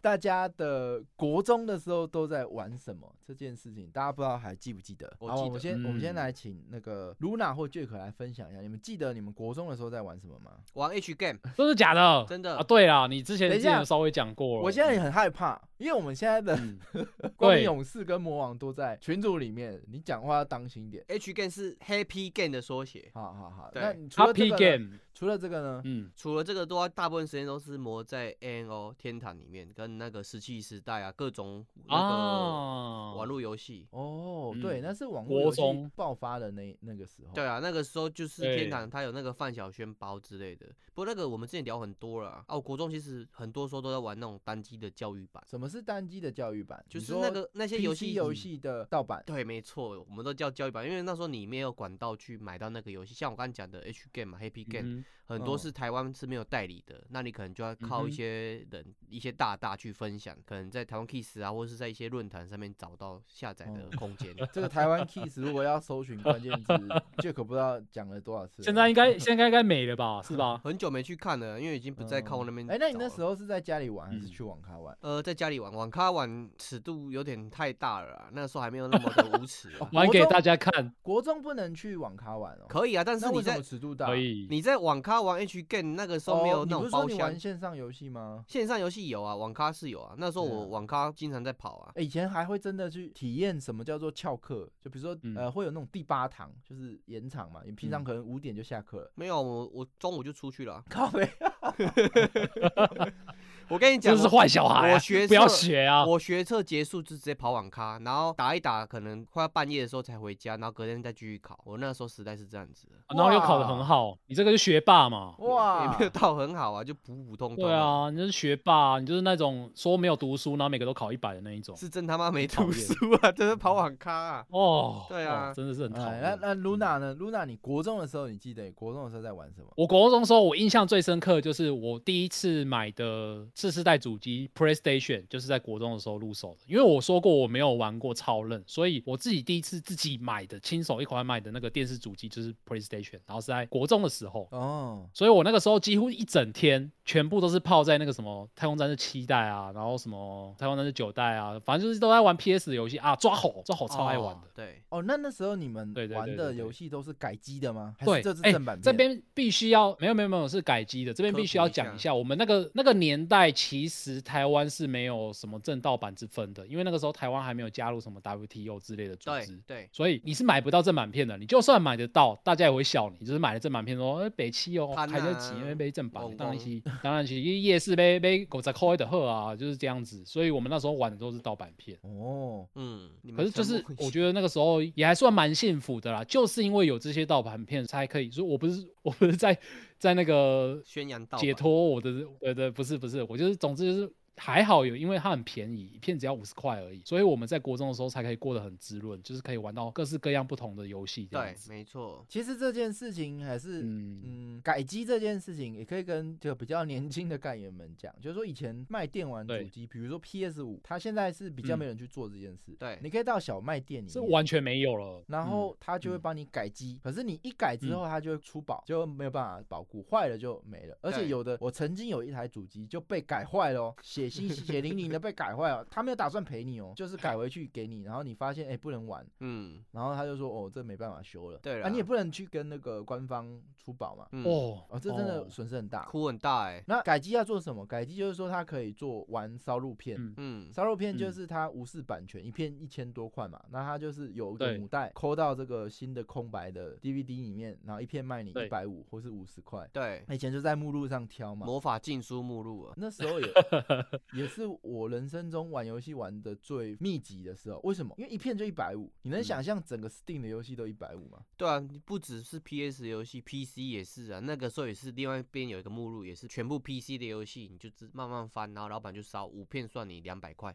Speaker 4: 大家的国中的时候都在玩什么这件事情，大家不知道还记不记得？
Speaker 3: 我
Speaker 4: 好
Speaker 3: 记
Speaker 4: 我们
Speaker 3: 得
Speaker 4: 先、我们
Speaker 2: 嗯
Speaker 4: 先来请那个 Luna 或 Jack 来分享一下，你们记得你们国中的时候在玩什么吗？
Speaker 3: 玩 H game，
Speaker 2: 真的假的？
Speaker 3: 真的
Speaker 2: 啊，对啦，你之前
Speaker 4: 等
Speaker 2: 之
Speaker 4: 一下
Speaker 2: 前有稍微讲过了，
Speaker 4: 我现在也很害怕，因为我们现在的
Speaker 2: 嗯
Speaker 4: 光明
Speaker 2: 对
Speaker 4: 勇士跟魔王都在群组里面，你讲话要当心一点。
Speaker 3: H game 是 Happy game 的缩写。
Speaker 4: 好好好，
Speaker 3: 对
Speaker 4: 那你除了这
Speaker 2: Happy
Speaker 4: 个呢
Speaker 2: Game，
Speaker 4: 除了这个呢？
Speaker 2: 嗯，
Speaker 3: 除了这个，都要大部分时间都是磨在 N O 天堂里面，跟那个石器时代啊，各种那个
Speaker 2: 啊
Speaker 3: 网，络游戏。
Speaker 4: 哦，对，
Speaker 2: 嗯
Speaker 4: 那是网
Speaker 2: 国
Speaker 4: 络游戏
Speaker 2: 中
Speaker 4: 爆发的那那个时候。
Speaker 3: 对啊，那个时候就是天
Speaker 2: 哦对
Speaker 3: 堂，它有那个范晓萱包之类的。不过那个我们之前聊很多了啊，啊我国中其实很多时候都在玩那种单机的教育版，
Speaker 4: 什么是单机的教育版？
Speaker 3: 就
Speaker 4: 你
Speaker 3: 是
Speaker 4: 说
Speaker 3: 那个那些游
Speaker 4: PC
Speaker 3: 戏
Speaker 4: 游
Speaker 3: 嗯
Speaker 4: 戏的盗版。
Speaker 3: 对，没错，我们都叫教育版，因为那时候你没有管道去买到那个游戏，像我刚才讲的 H Game 嘛、Happy Game，、
Speaker 2: 嗯
Speaker 3: 很多
Speaker 4: 嗯
Speaker 3: 是台湾是没有代理的，那你可能就要
Speaker 2: 嗯
Speaker 3: 靠
Speaker 2: 哼
Speaker 3: 一些人、一些大大去分享，可能在台湾 Kiss 啊，或是在一些论坛上面找到下载
Speaker 2: 哦
Speaker 3: 的
Speaker 4: 嗯
Speaker 3: 空 间。
Speaker 4: 这个 台湾 Kiss 如果要搜寻关键字，Jack 不知道讲了多少次了。
Speaker 2: 现在应该 现在应该美了吧，是吧？
Speaker 3: 啊
Speaker 2: 哦
Speaker 3: 很久没去看了，因为已经不 在靠那边。
Speaker 4: 哎、那你那时
Speaker 3: 候？
Speaker 4: 候是在家里玩还
Speaker 2: 嗯
Speaker 4: 是去网咖玩？。
Speaker 3: 呃，在家里玩网咖玩尺度有点太大了啦，那个时候还没有那么的无耻啊
Speaker 2: 玩
Speaker 4: 国
Speaker 2: 给
Speaker 4: 中
Speaker 2: 大家看
Speaker 4: 国中不能去网咖玩哦。
Speaker 3: 可以啊，但是
Speaker 4: 那
Speaker 3: 你
Speaker 4: 为什
Speaker 3: 在
Speaker 4: 么尺度大？
Speaker 2: 可以，
Speaker 3: 你在网咖玩 H game 那个时候没有
Speaker 4: 哦、你
Speaker 3: 那
Speaker 4: 不是
Speaker 3: 种
Speaker 4: 说
Speaker 3: 包
Speaker 4: 你
Speaker 3: 厢
Speaker 4: 玩，线上游戏吗？
Speaker 3: 线上游戏有啊，网咖是有啊。那时候
Speaker 4: 对啊
Speaker 3: 我网咖经常在跑啊。
Speaker 4: 哎以前还会真的去体验什么叫做翘课，就比如说、
Speaker 2: 嗯
Speaker 4: 呃，会有那种第八堂，就是延长嘛，你平常
Speaker 2: 嗯
Speaker 4: 可能五点就下课了。
Speaker 3: 没有，我我中午就出去 了啊。
Speaker 4: 靠北，
Speaker 3: 我跟你讲，
Speaker 2: 真是
Speaker 3: 我
Speaker 2: 坏小孩啊
Speaker 3: 我学
Speaker 2: 不要
Speaker 3: 测
Speaker 2: 学啊！
Speaker 3: 我学测结束就直接跑网咖，然后打一打，可能快要半夜的时候才回家，然后隔天再继续考。我那时候实在是这样子的，
Speaker 2: 哦然后又考得很好，你这个就学霸嘛。
Speaker 3: 也
Speaker 4: 哇
Speaker 3: 没，有到很好啊，就普普通通。
Speaker 2: 对，啊，你就是学霸，你就是那种说没有读书，然后每个都考一百的那一种。
Speaker 3: 是真他妈没
Speaker 2: 讨
Speaker 3: 读
Speaker 2: 厌
Speaker 3: 书啊，真是跑网咖 啊。
Speaker 2: 哦，
Speaker 3: 对
Speaker 2: 哦
Speaker 3: 啊
Speaker 2: 真的是很讨
Speaker 4: 哎，那
Speaker 2: 厌。嗯
Speaker 4: 那 Luna 呢？Luna，你国中的时候，你记得你国中的时候在玩什么？
Speaker 2: 我国中的时候，我印象最深刻的就是我第一次买的次世代主机 PlayStation，就是在国中的时候入手的。因为我说过我没有玩过超任，所以我自己第一次自己买的亲手一款买的那个电视主机就是 PlayStation，然后是在国中的时候。
Speaker 4: 哦，
Speaker 2: 所以我那个时候几乎一整天全部都是泡在那个什么太空战士七代啊，然后什么太空战士九代啊，反正就是都在玩 PS 的游戏啊，抓吼抓吼超爱玩的
Speaker 3: 哦。对，
Speaker 4: 哦，那那时候你们
Speaker 2: 对对对
Speaker 4: 玩
Speaker 2: 对
Speaker 4: 的
Speaker 2: 对
Speaker 4: 游戏都是改机的吗？还
Speaker 2: 对，
Speaker 4: 是这是
Speaker 2: 哎
Speaker 4: 正版片？
Speaker 2: 这边必须要没有没有没有是改机的，这边
Speaker 3: 科
Speaker 2: 必须
Speaker 3: 普
Speaker 2: 要
Speaker 3: 一
Speaker 2: 讲
Speaker 3: 下
Speaker 2: 一下，我们那个那个年代其实台湾是没有什么正盗版之分的，因为那个时候台湾还没有加入什么 WTO 之类的组
Speaker 3: 对
Speaker 2: 织。
Speaker 3: 对，
Speaker 2: 所以你是买不到正版片的，你就算买得到，大家也会笑你，就是买了正版片说，哎、北七哦，
Speaker 3: 贪
Speaker 2: 还在
Speaker 3: 啊
Speaker 2: 挤，因为被正版
Speaker 3: 戆，
Speaker 2: 当然是
Speaker 3: 戆
Speaker 2: 当然是夜市被被狗仔扣的喝啊，就是这样子。所以我们那时候玩的都是盗版片。
Speaker 4: 哦，
Speaker 3: 嗯，你们
Speaker 2: 可是就是
Speaker 3: 沉默一下
Speaker 2: 我觉得那个时候也还算蛮幸福的啦，就是因为有这些盗版片才可以，所以我不是我不是在在那个
Speaker 3: 宣扬到
Speaker 2: 解脱我的，对对，不是不是，我就是总之就是还好有，因为它很便宜，一片只要五十块而已，所以我们在国中的时候才可以过得很滋润，就是可以玩到各式各样不同的游戏这样
Speaker 3: 对，
Speaker 2: 子。
Speaker 3: 没错，
Speaker 4: 其实这件事情还是嗯
Speaker 2: 嗯
Speaker 4: 改机这件事情也可以跟就比较年轻的干员们讲，就是说以前卖电玩主
Speaker 2: 对
Speaker 4: 机，比如说 PS 五，它现在是比较没有人去做这件事。
Speaker 3: 对
Speaker 4: 你可以到小卖店里
Speaker 2: 这
Speaker 4: 面。
Speaker 2: 完全没有了。
Speaker 4: 然后它就会
Speaker 2: 嗯
Speaker 4: 帮你改机，可是你一改之
Speaker 2: 嗯
Speaker 4: 后，它就会出保，就没有办法保护，坏了就没了。而且
Speaker 3: 对
Speaker 4: 有的，我曾经有一台主机就被改坏了哦，血血腥、血淋淋的被改坏哦，他没有打算赔你哦，就是改回去给你，然后你发现哎、不能玩，
Speaker 3: 嗯
Speaker 4: 然后他就说哦这没办法修了，
Speaker 3: 对
Speaker 4: 啊
Speaker 3: 啦
Speaker 4: 你也不能去跟那个官方出保嘛，
Speaker 3: 嗯，
Speaker 2: 哦
Speaker 4: 哦这真的
Speaker 2: 哦
Speaker 4: 损失很大。
Speaker 3: 哭很大哎，
Speaker 4: 那改机要做什么？改机就是说它可以做玩烧录片，
Speaker 2: 嗯
Speaker 3: 嗯
Speaker 4: 烧肉片就
Speaker 2: 嗯
Speaker 4: 是它无视版权，一片一千多块嘛，那它就是有一个
Speaker 2: 对
Speaker 4: 母带抠到这个新的空白的 DVD 里面，然后一片卖你一
Speaker 2: 对
Speaker 4: 百五或是五十块。
Speaker 3: 对，
Speaker 4: 以前就在目录上挑嘛，
Speaker 3: 魔法禁书目录啊，
Speaker 4: 那时 候也也是我人生中玩游戏玩的最密集的时候。为什么？因为一片就一百五，你能
Speaker 3: 嗯
Speaker 4: 想象整个 Steam 的游戏都一百五吗？
Speaker 3: 对啊，你不只是 PS 游戏，PC 也是啊，那个时候也是另外一边有一个目录，也是全部 PC 的游戏，你就自慢慢翻，然后老板就烧五片算你两 百块，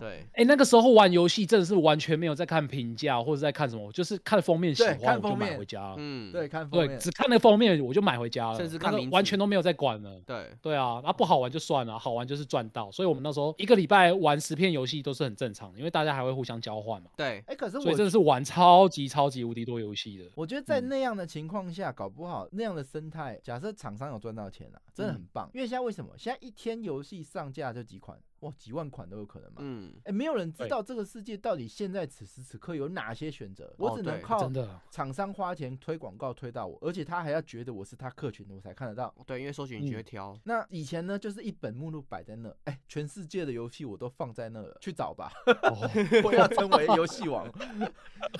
Speaker 3: 对，
Speaker 2: 哎、那个时候玩游戏真的是完全没有在看评价或者在看什么，就是看封面喜
Speaker 4: 对看
Speaker 2: 欢我就
Speaker 4: 封
Speaker 2: 买
Speaker 4: 面
Speaker 2: 回家了。
Speaker 3: 嗯，
Speaker 4: 对，看封
Speaker 2: 对，
Speaker 4: 面，
Speaker 2: 只看那个封面我就买回家了，
Speaker 3: 甚至
Speaker 2: 那
Speaker 3: 看
Speaker 2: 个
Speaker 3: 名
Speaker 2: 完
Speaker 3: 字
Speaker 2: 全都没有在管了。
Speaker 3: 对，嗯
Speaker 2: 对啊，那不好玩就算了，好玩就是赚到。所以我们那时候一个礼拜玩十片游戏都是很正常的，因为大家还会互相交换嘛。
Speaker 3: 对，
Speaker 4: 哎、可是
Speaker 2: 所以
Speaker 4: 我
Speaker 2: 真的是玩超级超级无敌多游戏的。
Speaker 4: 我觉得在
Speaker 2: 嗯
Speaker 4: 那样的情况下，搞不好那样的生态，假设厂商有赚到钱啊，真的
Speaker 3: 嗯
Speaker 4: 很棒。因为现在为什么？现在一天游戏上架就几款，哇，几万款都有可能嘛。哎、
Speaker 3: 嗯，
Speaker 4: 没有人知
Speaker 2: 对
Speaker 4: 道这个世界到底现在此时此刻有哪些选择，我
Speaker 3: 哦
Speaker 4: 只能
Speaker 3: 对
Speaker 4: 靠
Speaker 2: 真的，
Speaker 4: 厂商花钱推广告推到我，而且他还要觉得我是他客群的，我才看得到。
Speaker 3: 对，因为搜寻你
Speaker 2: 嗯
Speaker 3: 会挑，
Speaker 4: 那以前呢，就是一本目录摆在那，哎、全世界的游戏我都放在那了，去找吧。
Speaker 2: 哦
Speaker 4: 我要成为游戏 王。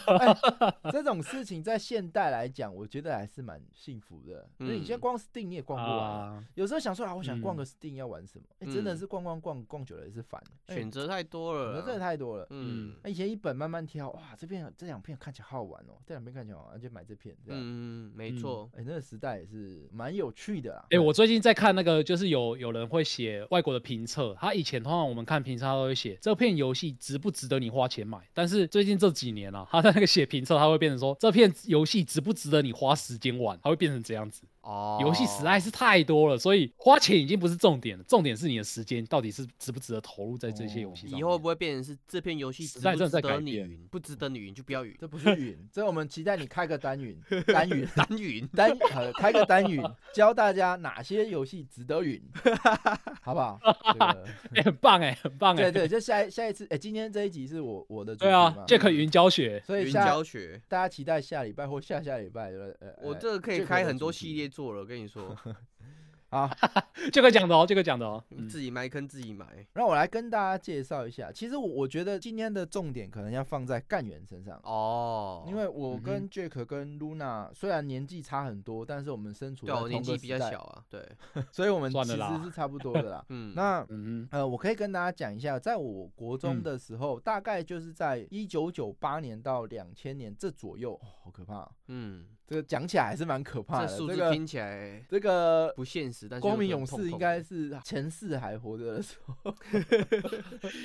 Speaker 4: 哎， 这种事情在现代来讲，我觉得还是蛮幸福的。因为你现在
Speaker 3: 嗯
Speaker 4: 光 Steam 你也逛不完，
Speaker 2: 啊，
Speaker 4: 有时候想说啊，我想逛
Speaker 2: 嗯
Speaker 4: 个 Steam 要玩什么？哎，真的
Speaker 3: 嗯
Speaker 4: 是逛逛逛逛久了也是烦，哎
Speaker 3: 选择太多
Speaker 4: 选择
Speaker 3: 了
Speaker 4: 真的
Speaker 3: 啦，
Speaker 4: 太多了。
Speaker 3: 嗯
Speaker 4: 哎以前一本慢慢挑，哇，这边这两片看起来好玩哦，这两片看起来好玩，就买这片这样。
Speaker 3: 嗯，没
Speaker 2: 嗯
Speaker 3: 错，
Speaker 4: 哎，那个时代也是蛮有趣的啦。
Speaker 2: 哎、我最近在看那个，就是有有人会写外国的评测，他以前通常我们看评测，他都会写这片游戏值不值得你花钱买。但是最近这几年啊，他在那个写评测，他会变成说这片游戏值不值得你花时间玩，他会变成这样子。
Speaker 3: 哦，
Speaker 2: 游戏实在是太多了，所以花钱已经不是重点了，重点是你的时间到底是值不值得投入在这些游戏上面。
Speaker 3: 以后会不会变成是这片游戏
Speaker 2: 时
Speaker 3: 值
Speaker 2: 代
Speaker 3: 不
Speaker 2: 正
Speaker 3: 值
Speaker 2: 在
Speaker 3: 得
Speaker 2: 改
Speaker 3: 你
Speaker 2: 变
Speaker 3: 云，不值得你云就不要云，
Speaker 4: 这不是云，这我们期待你开个单 云，单云。
Speaker 3: 单云，
Speaker 4: 单呃开个单云，教大家哪些游戏值得云，好不好？哦 这个
Speaker 2: 哎、很棒哎、很棒哎、
Speaker 4: 对对，就下一下一次，哎、今天这一集是我我的主
Speaker 2: 对
Speaker 4: 题
Speaker 2: 啊
Speaker 4: 嘛
Speaker 2: ，Jack 云教学，
Speaker 4: 所以
Speaker 3: 云
Speaker 4: 下
Speaker 3: 教学，
Speaker 4: 大家期待下礼拜或下下礼拜的，呃，
Speaker 3: 我
Speaker 4: 呃
Speaker 3: 这个可以
Speaker 4: Jack
Speaker 3: 开
Speaker 4: 的
Speaker 3: 很多
Speaker 4: 主
Speaker 3: 系
Speaker 4: 题
Speaker 3: 列做了，我跟 你说，
Speaker 4: 啊，
Speaker 2: 这个讲的哦，这个讲的哦，嗯
Speaker 3: 自己埋坑自己埋。
Speaker 4: 让我来跟大家介绍一下。其实我我觉得今天的重点可能要放在干员身上。
Speaker 3: 哦，
Speaker 4: 因为我
Speaker 2: 嗯哼
Speaker 4: 跟 Jack 跟 Luna 虽然年纪差很多，但是我们身处在
Speaker 3: 对啊我
Speaker 4: 同
Speaker 3: 年
Speaker 4: 个
Speaker 3: 纪比
Speaker 4: 时
Speaker 3: 较
Speaker 4: 代，
Speaker 3: 小啊，对，。
Speaker 4: 所以我们
Speaker 2: 算
Speaker 4: 其
Speaker 2: 了啦
Speaker 4: 实是差不多的啦
Speaker 3: 嗯，
Speaker 4: 那
Speaker 2: 嗯
Speaker 4: 呃，我可以跟大家讲一下，在我国中
Speaker 2: 嗯
Speaker 4: 的时候，大概就是在一九九八年到两千年这左右、哦好可怕哦、
Speaker 3: 嗯，
Speaker 4: 这个讲起来还是蛮可怕
Speaker 3: 这
Speaker 4: 的。
Speaker 3: 数
Speaker 4: 这
Speaker 3: 字
Speaker 4: 个
Speaker 3: 听起来
Speaker 4: 这个
Speaker 3: 不现实，但是
Speaker 4: 光
Speaker 3: 又
Speaker 4: 明
Speaker 3: 很
Speaker 4: 勇
Speaker 3: 痛
Speaker 4: 士应
Speaker 3: 痛
Speaker 4: 该
Speaker 3: 的
Speaker 4: 是前世还活着的时候。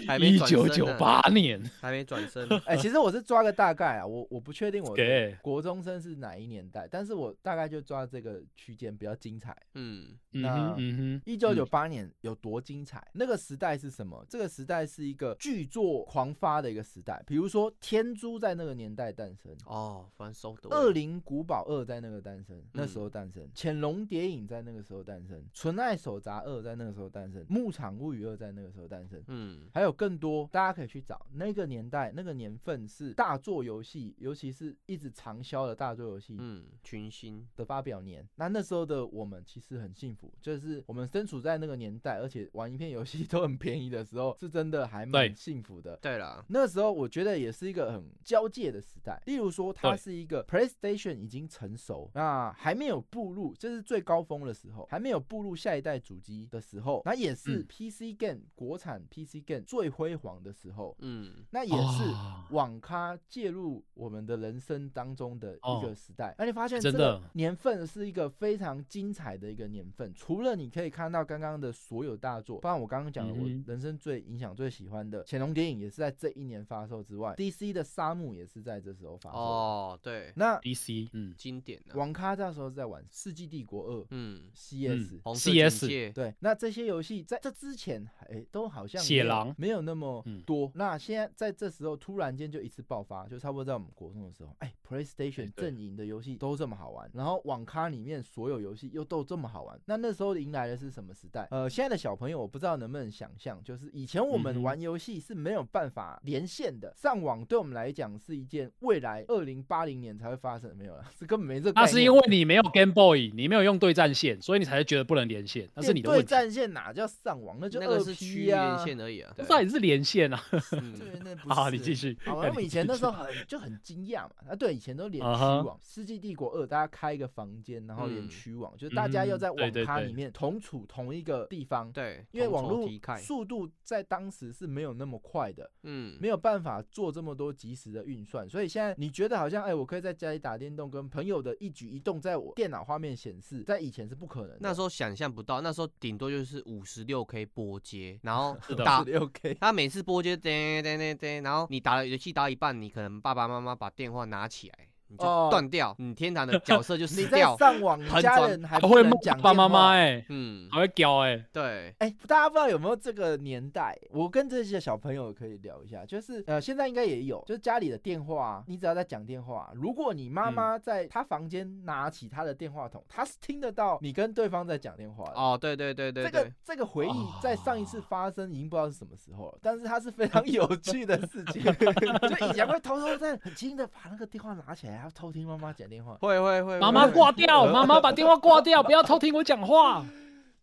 Speaker 3: 还
Speaker 2: 哼，
Speaker 3: 没
Speaker 2: 一
Speaker 3: 转
Speaker 2: 九
Speaker 3: 身
Speaker 2: 九
Speaker 3: 呢，
Speaker 2: 八年，
Speaker 3: 还没转身，
Speaker 4: 哎、其实我是抓个大概啊，我我不确 定我的
Speaker 2: 给
Speaker 4: 国中生是哪一年代，但是我大概就抓这个区间比较精彩。
Speaker 3: 嗯
Speaker 2: 嗯
Speaker 4: 那
Speaker 2: 哼嗯哼，
Speaker 4: 一九九八年有多精彩？那个时代是什么？这个时代是一个巨作狂发的一个时代，比如说《天珠》在那个年代诞生，
Speaker 3: 哦，反正收得
Speaker 4: 《恶灵古堡二》在那个诞生，那时候诞生，潜龙谍影》在那个时候诞生，《纯爱手札二》在那个时候诞生，《牧场物语二》在那个时候诞生。
Speaker 3: 嗯
Speaker 4: 还有更多，大家可以去找那个年代、那个年份是大作游戏，尤其是一直长销的大作游戏
Speaker 3: 嗯，群星，
Speaker 4: 的发表年。那那时候的我们其实很幸福，就是我们身处在那个年代，而且玩一片游戏都很便宜的时候， 是真的还蛮
Speaker 2: 对
Speaker 4: 幸福的。
Speaker 3: 对啦，
Speaker 4: 那时候我觉得也是一个很交界的时代，例如说它
Speaker 2: 对
Speaker 4: 是一个 PlayStation 已经成熟，那还没有步入，这是最高峰的时候，还没有步入下一代主机的时候，那也是
Speaker 2: 嗯
Speaker 4: PC game 国产 PC game 最辉煌的时候，
Speaker 3: 嗯
Speaker 4: 那也是
Speaker 2: 哦
Speaker 4: 网咖介入我们的人生当中的一个
Speaker 2: 哦
Speaker 4: 时代。而且发现这
Speaker 2: 真
Speaker 4: 个
Speaker 2: 的
Speaker 4: 年份是一个非常精彩的一个年份，除了你可以看到刚刚的所有大作，包括我刚刚讲的我
Speaker 2: 嗯
Speaker 4: 人生最影响、最喜欢的《潜龙谍影》也是在这一年发售之外，DC 的《沙漠》也是在这时候发售的。
Speaker 3: 哦对，
Speaker 4: 那
Speaker 2: ，DC，嗯，嗯
Speaker 3: 经典啊。
Speaker 4: 网咖那时候是在玩《世纪帝国二》
Speaker 3: 嗯，
Speaker 4: CS，、
Speaker 3: 红色
Speaker 2: CS
Speaker 3: 警戒
Speaker 4: 对，那这些游戏在这之前还、诶都好像
Speaker 2: 血
Speaker 4: 没有
Speaker 2: 狼
Speaker 4: 没有那么
Speaker 2: 嗯
Speaker 4: 多，那现在在这时候突然间就一次爆发，就差不多在我们国中的时候，哎，PlayStation
Speaker 2: 对
Speaker 4: 阵营的游戏都这么好玩，然后网咖里面所有游戏又都这么好玩，那那时候迎来的是什么时代？呃，现在的小朋友我不知道能不能想象，就是以前我
Speaker 2: 嗯
Speaker 4: 们
Speaker 2: 哼
Speaker 4: 玩游戏是没有办法连线的，上网对我们来讲是一件未来二零八零年才会发生的，没有了， 是根本没这个概
Speaker 2: 那
Speaker 4: 念。
Speaker 2: 啊是因为你没有 Game Boy，你没有用对战线，所以你才觉得不能连线，那是你的
Speaker 4: 对
Speaker 2: 问题。
Speaker 4: 战线哪叫上网，那就
Speaker 3: 那个
Speaker 4: 二
Speaker 3: 是区
Speaker 4: P
Speaker 3: 域
Speaker 4: 呀、
Speaker 3: 连线而已啊。
Speaker 2: 不
Speaker 3: 对
Speaker 2: 知道你是连线啊？
Speaker 3: 嗯
Speaker 4: 对，那不是。
Speaker 2: 好，你继。续。
Speaker 4: 好，
Speaker 2: 那
Speaker 4: 我们
Speaker 2: 你
Speaker 4: 以前
Speaker 2: 继
Speaker 4: 那
Speaker 2: 续
Speaker 4: 时候 很就很惊讶嘛，啊，对，以前都连
Speaker 2: 啊
Speaker 4: 区
Speaker 2: 哈
Speaker 4: 网，世纪帝国二》大家开一个房间，然后连
Speaker 3: 嗯
Speaker 4: 区网，就是大家要
Speaker 2: 嗯
Speaker 4: 在
Speaker 2: 对
Speaker 4: 网
Speaker 2: 对
Speaker 4: 咖
Speaker 2: 对
Speaker 4: 里面同处同一个地方，
Speaker 3: 对，
Speaker 4: 因为
Speaker 3: 同
Speaker 4: 网
Speaker 3: 仇
Speaker 4: 络
Speaker 3: 敌忾
Speaker 4: 速度在当时是没有那么快的，
Speaker 3: 嗯，
Speaker 4: 没有办法做这么多及时的运算，所以现在你觉得好像，哎，我可以在家里打电动，跟朋友的一举一动在我电脑画面显示，在以前是不可能的。
Speaker 3: 那时候想象不到，那时候顶多就是五十六 K 波接，然 后
Speaker 2: 是的
Speaker 3: 打
Speaker 4: 六 K，
Speaker 3: 他每次播就噔噔噔噔，然后你打了游戏打到一半，你可能爸爸妈妈把电话拿起来，你
Speaker 4: 哦
Speaker 3: 就断掉，你天堂的角 色就
Speaker 4: 你
Speaker 3: 死
Speaker 4: 在
Speaker 3: 掉。
Speaker 4: 上网，
Speaker 3: 很
Speaker 4: 家
Speaker 3: 早
Speaker 4: 人
Speaker 2: 还
Speaker 4: 还不
Speaker 2: 会
Speaker 4: 能
Speaker 2: 骂
Speaker 4: 讲
Speaker 2: 爸妈妈
Speaker 4: 电话
Speaker 2: 哎，
Speaker 3: 嗯，
Speaker 2: 还会屌哎，
Speaker 3: 对，
Speaker 4: 哎、大家不知道有没有这个年代？我跟这些小朋友可以聊一下，就是呃，现在应该也有，就是家里的电话啊，你只要在讲电话啊，如果你妈
Speaker 3: 嗯
Speaker 4: 妈在她房间拿起她的电话筒，她是听得到你跟对方在讲电话的。
Speaker 3: 哦，对对对对
Speaker 4: 这个
Speaker 3: 对，
Speaker 4: 这个回忆
Speaker 2: 哦
Speaker 4: 在上一次发生已经不知道是什么时候了，但是它是非常有趣的事情， 就以前会偷偷在很轻的把那个电话拿起来，然后偷听妈妈讲电话。
Speaker 3: 会会会，
Speaker 2: 妈妈
Speaker 3: 会
Speaker 2: 挂 掉，妈妈把电话挂掉，不要偷听我讲话。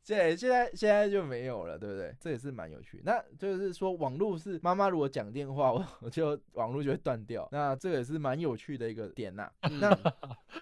Speaker 4: 对，现在现在就没有了，对不对？这也是蛮有趣。那就是说，网络是妈妈如果讲电话， 我我就网络就会断掉。那这个也是蛮有趣的一个点呐、
Speaker 3: 嗯
Speaker 4: 那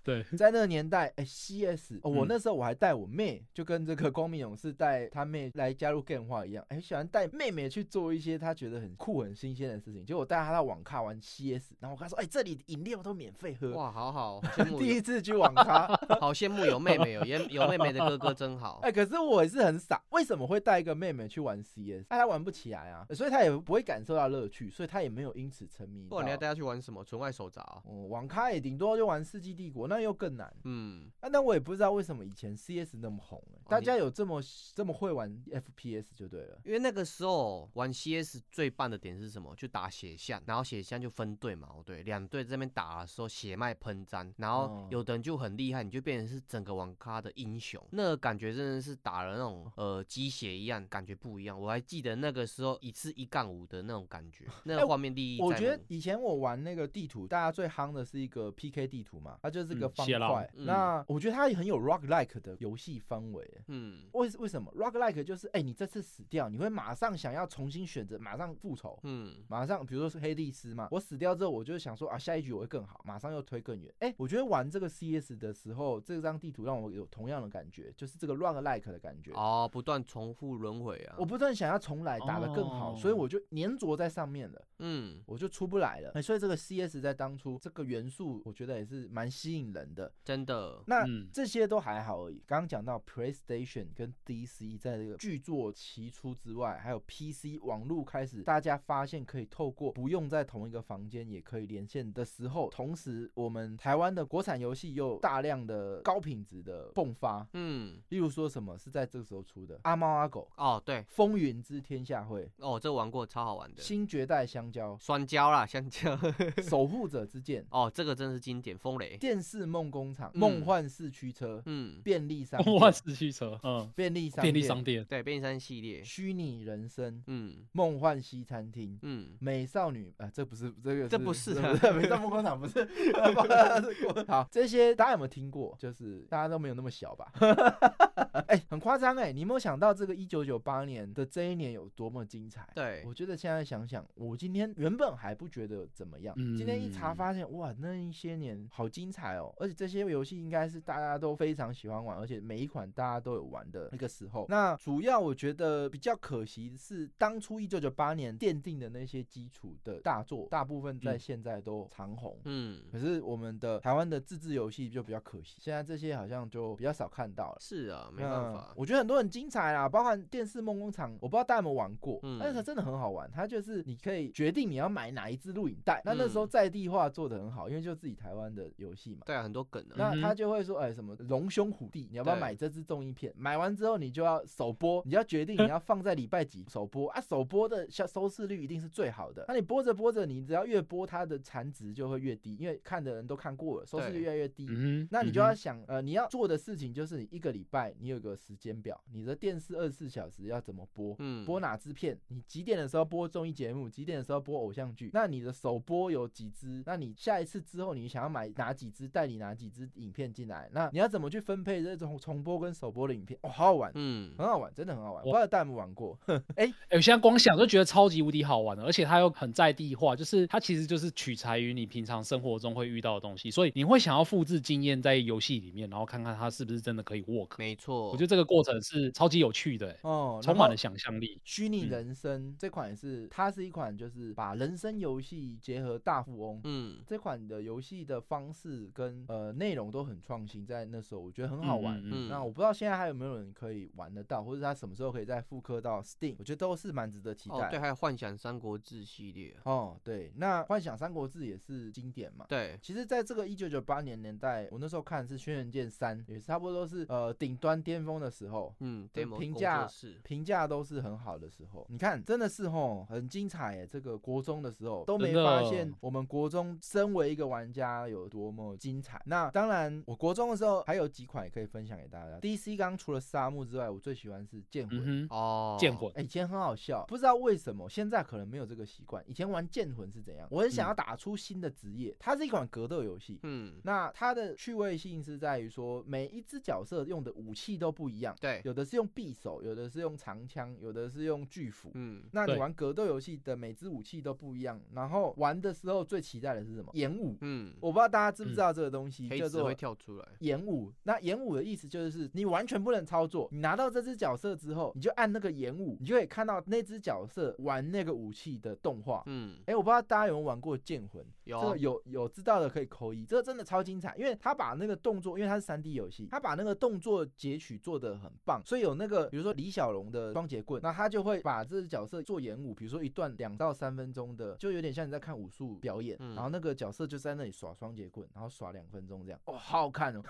Speaker 2: 对，
Speaker 4: 在那个年代，哎，CS，、哦、
Speaker 2: 嗯
Speaker 4: 我那时候我还带我妹，就跟这个光明勇士带他妹来加入 game 化一样，哎，喜欢带妹妹去做一些她觉得很酷、很新鲜的事情。结果我带她到网咖玩 CS，然后我跟她说，哎，这里饮料都免费喝。
Speaker 3: 哇，好好好羡 慕
Speaker 4: 第
Speaker 3: 有
Speaker 4: 一，次去网咖，
Speaker 3: 好羡慕有妹妹有有有妹妹的哥哥真好
Speaker 4: 哎、。可是我也是很傻，为什么会带一个妹妹去玩 CS？哎、她玩不起来啊，所以她也不会感受到乐趣，所以她也没有因此沉迷
Speaker 3: 不
Speaker 4: 到。
Speaker 3: 然你要带他去玩什么？纯爱手札哦。
Speaker 4: 嗯，网咖也顶多就玩《世纪帝国》，那又更难。
Speaker 3: 嗯，哦
Speaker 4: 啊，那我也不知道为什么以前 CS 那么红、哎，大
Speaker 3: 你
Speaker 4: 家有这么这么会玩 FPS 就对了。
Speaker 3: 因为那个时候玩 CS 最棒的点是什么？就打血象，然后血象就分队嘛，哦对，两队在那边打的时候血脉喷张，然后
Speaker 4: 哦
Speaker 3: 有的人就很厉害，你就变成是整个网咖的英雄，那个感觉真的是打了那种呃鸡血一样，感觉不一样。我还记得那个时候一次一杠五的那种感觉，那
Speaker 4: 哎
Speaker 3: 个画面第一、
Speaker 4: 我觉得以前我玩那个地图，大家最夯的是一个 PK 地图嘛，它就是个
Speaker 2: 嗯
Speaker 4: 方
Speaker 2: 血狼
Speaker 4: 块。
Speaker 3: 嗯
Speaker 4: 那我觉得它很有 rock like 的游戏氛围、哎
Speaker 3: 嗯
Speaker 4: 为为什么 rock like 就是哎、你这次死掉，你会马上想要重新选择，马上复仇，
Speaker 3: 嗯，
Speaker 4: 马上，比如说是黑帝斯嘛，我死掉之后，我就想说啊，下一局我会更好，马上又推更远。哎、我觉得玩这个 CS 的时候，这张地图让我有同样的感觉，就是这个 rock like 的感觉。
Speaker 3: 哦，不断重复轮回啊，
Speaker 4: 我不断想要重来，打得更好，
Speaker 2: 哦
Speaker 4: 所以我就粘着在上面了，
Speaker 3: 嗯，
Speaker 4: 我就出不来了。哎所以这个 CS 在当初这个元素，我觉得也是蛮吸引人的。
Speaker 3: 真的，
Speaker 4: 那、
Speaker 2: 嗯
Speaker 4: 这些都还好而已。刚刚讲到 PlayStation 跟 DC 在这个巨作齐出之外，还有 PC 网络开始，大家发现可以透过不用在同一个房间也可以连线的时候，同时我们台湾的国产游戏又大量的高品质的迸发，
Speaker 3: 嗯，
Speaker 4: 例如说什么是在这个时候出的《阿猫阿狗》
Speaker 3: 哦对，
Speaker 4: 《风云之天下会》
Speaker 3: 哦这玩过超好玩的。》
Speaker 4: 《新绝代香蕉
Speaker 3: 酸椒啦，香蕉。
Speaker 4: 《 守护者之剑》《
Speaker 3: 哦，这个真是经典，风雷。
Speaker 4: 电视梦工厂》《
Speaker 3: 嗯
Speaker 4: 梦幻四驱车》
Speaker 3: 嗯，
Speaker 4: 便利商店
Speaker 2: 梦幻四驱车，嗯，
Speaker 4: 便利商
Speaker 2: 便利
Speaker 4: 店
Speaker 2: 商店，
Speaker 3: 对，便利商店系列。
Speaker 4: 虚拟人生、
Speaker 3: 嗯
Speaker 4: 梦幻西餐厅、
Speaker 3: 嗯，
Speaker 4: 美少女啊、这不是这个，
Speaker 3: 这不是
Speaker 4: 这
Speaker 3: 啊
Speaker 4: 不是美少女梦工厂，不是。 是国好，这些大家有没有听过？就是大家都没有那么小吧？ 哎、很夸张哎！你有没有想到这个一九九八年的这一年有多么精彩？
Speaker 3: 对
Speaker 4: 我觉得现在想想，我今天原本还不觉得怎么样，今天一查
Speaker 2: 嗯
Speaker 4: 发现，哇，那一些年好精彩哦！而且这些游戏应该是大家都非常喜欢玩，而且每一款大家都有玩的那个时候。那主要我觉得比较可惜是，当初一九九八年奠定的那些基础的大作，大部分在
Speaker 2: 嗯
Speaker 4: 现在都长红。可
Speaker 3: 嗯，
Speaker 4: 是我们的台湾的自制游戏就比较可惜，现在这些好像就比较少看到了。
Speaker 3: 是啊，没
Speaker 4: 那
Speaker 3: 办法。
Speaker 4: 我觉得很多很精彩啦，包含电视梦工厂，我不知道大家有没有玩过，
Speaker 3: 嗯
Speaker 4: 但是它真的很好玩。它就是你可以决定你要买哪一支录影带，那那时候
Speaker 3: 嗯
Speaker 4: 在地化做的很好，因为就自己台湾的游戏嘛。
Speaker 3: 对啊，很多梗啊。
Speaker 4: 那
Speaker 2: 嗯哼
Speaker 4: 他就会说，哎，什么龙兄虎弟，你要不要
Speaker 3: 对
Speaker 4: 买这支综艺片？买完之后你就要首播，你要决定你要放在礼拜几首播啊，首播的收收视率一定是最好的。那你播着播着，你只要越播，它的残值就会越低，因为看的人都看过了，收视率
Speaker 3: 对
Speaker 4: 越来越低。
Speaker 2: 嗯哼，
Speaker 4: 那你就要
Speaker 2: 嗯
Speaker 4: 想，呃，你要做的事情就是你一个礼拜你有个时间表，你的电视二十四小时要怎么播，
Speaker 3: 嗯
Speaker 4: 播哪支片，你几点的时候播综艺节目，几点的时候播偶像剧，那你的首播有几支，那你下一次之后你想要买哪几支，代理哪几支影片进来，那你要怎么去分配这种重播跟首播的影片，哦，好好玩。
Speaker 3: 嗯，
Speaker 4: 很好玩，真的很好玩。
Speaker 2: 我
Speaker 4: 我不知道大家有没有玩过，
Speaker 2: 哼，哎，我现在光想就觉得超级无敌好玩的，而且它又很在地化，就是它其实就是取材于你平常生活中会遇到的东西，所以你会想要复制经验在游戏里面，然后看看它是不是真的可以 work。
Speaker 3: 没错。
Speaker 2: 我觉得这个过程是超级有趣的，哎
Speaker 4: 哦，然
Speaker 2: 充满
Speaker 4: 后
Speaker 2: 了想象力。
Speaker 4: 虚拟
Speaker 2: 嗯
Speaker 4: 人生这款也是，它是一款就是把人生游戏结合大富翁，
Speaker 3: 嗯
Speaker 4: 这款的游戏的方式跟呃内容都很创新，在那时候我觉得很好
Speaker 2: 嗯
Speaker 4: 玩。
Speaker 2: 嗯
Speaker 3: 嗯，
Speaker 4: 那我不知道现在还有没有人可以玩得到，或者他什么时候可以再复刻到 Steam，我觉得都是蛮值得期
Speaker 3: 哦，对，
Speaker 4: 待。
Speaker 3: 还有《幻想三国志》系列啊，
Speaker 4: 哦，对，那《幻想三国志》也是经典嘛。
Speaker 3: 对，
Speaker 4: 其实，在这个一九九八年年代，我那时候看是《轩辕剑三》，也是差不多都是呃顶端巅峰的时候，
Speaker 3: 嗯，demo
Speaker 4: 评
Speaker 3: 工
Speaker 4: 价
Speaker 3: 作室，
Speaker 4: 评价都是很好的时候。你看，真的是吼，很精彩耶！这个国中的时候都没
Speaker 2: 真的
Speaker 4: 发现，我们国中身为一个玩家有多么精彩。那当然，我国中的时候还有几款也可以分享给大家。DC 刚除了沙漠之外，我最喜欢是剑魂。
Speaker 2: 嗯哼，
Speaker 3: 哦，
Speaker 2: 剑魂，
Speaker 4: 哎、以前很好笑，不知道为什么现在可能没有这个习惯。以前玩剑魂是怎样？我很
Speaker 2: 嗯
Speaker 4: 想要打出新的职业，它是一款格斗游戏。
Speaker 3: 嗯，
Speaker 4: 那它的趣味性是在于说，每一只角色用的武器都不一样，
Speaker 3: 对，
Speaker 4: 有的是用匕首，有的是用长枪，有的是用巨斧。
Speaker 3: 嗯，
Speaker 4: 那你
Speaker 2: 对
Speaker 4: 玩格斗游戏的每支武器都不一样，然后玩的时候最期待的是什么？演武。
Speaker 3: 嗯，
Speaker 4: 我不知道大家知不
Speaker 2: 嗯
Speaker 4: 知道这个东西，
Speaker 3: 黑
Speaker 4: 叫
Speaker 3: 子
Speaker 4: 做
Speaker 3: 会跳出来，
Speaker 4: 演武。那演武的意思就是你完全不能操作，你拿到这只角色之后，你就按那个演武，你就可以看到那只角色玩那个武器的动画。
Speaker 3: 嗯，
Speaker 4: 哎、我不知道大家有没有玩过《剑魂》，
Speaker 3: 有
Speaker 4: 这
Speaker 3: 啊
Speaker 4: 个有有知道的可以扣一，这个真的超精彩，因为他把那个动作，因为它是三 D 游戏，他把那个动作截取做的很棒，所以有那个比如说李小龙的双截棍，那他就会把这只角色做演武，比如说一段两到三分钟的，就有点像你在看武术表演，
Speaker 3: 嗯
Speaker 4: 然后那个角色就在那里耍双截棍，然后耍两分钟这样，哦，好好看哦。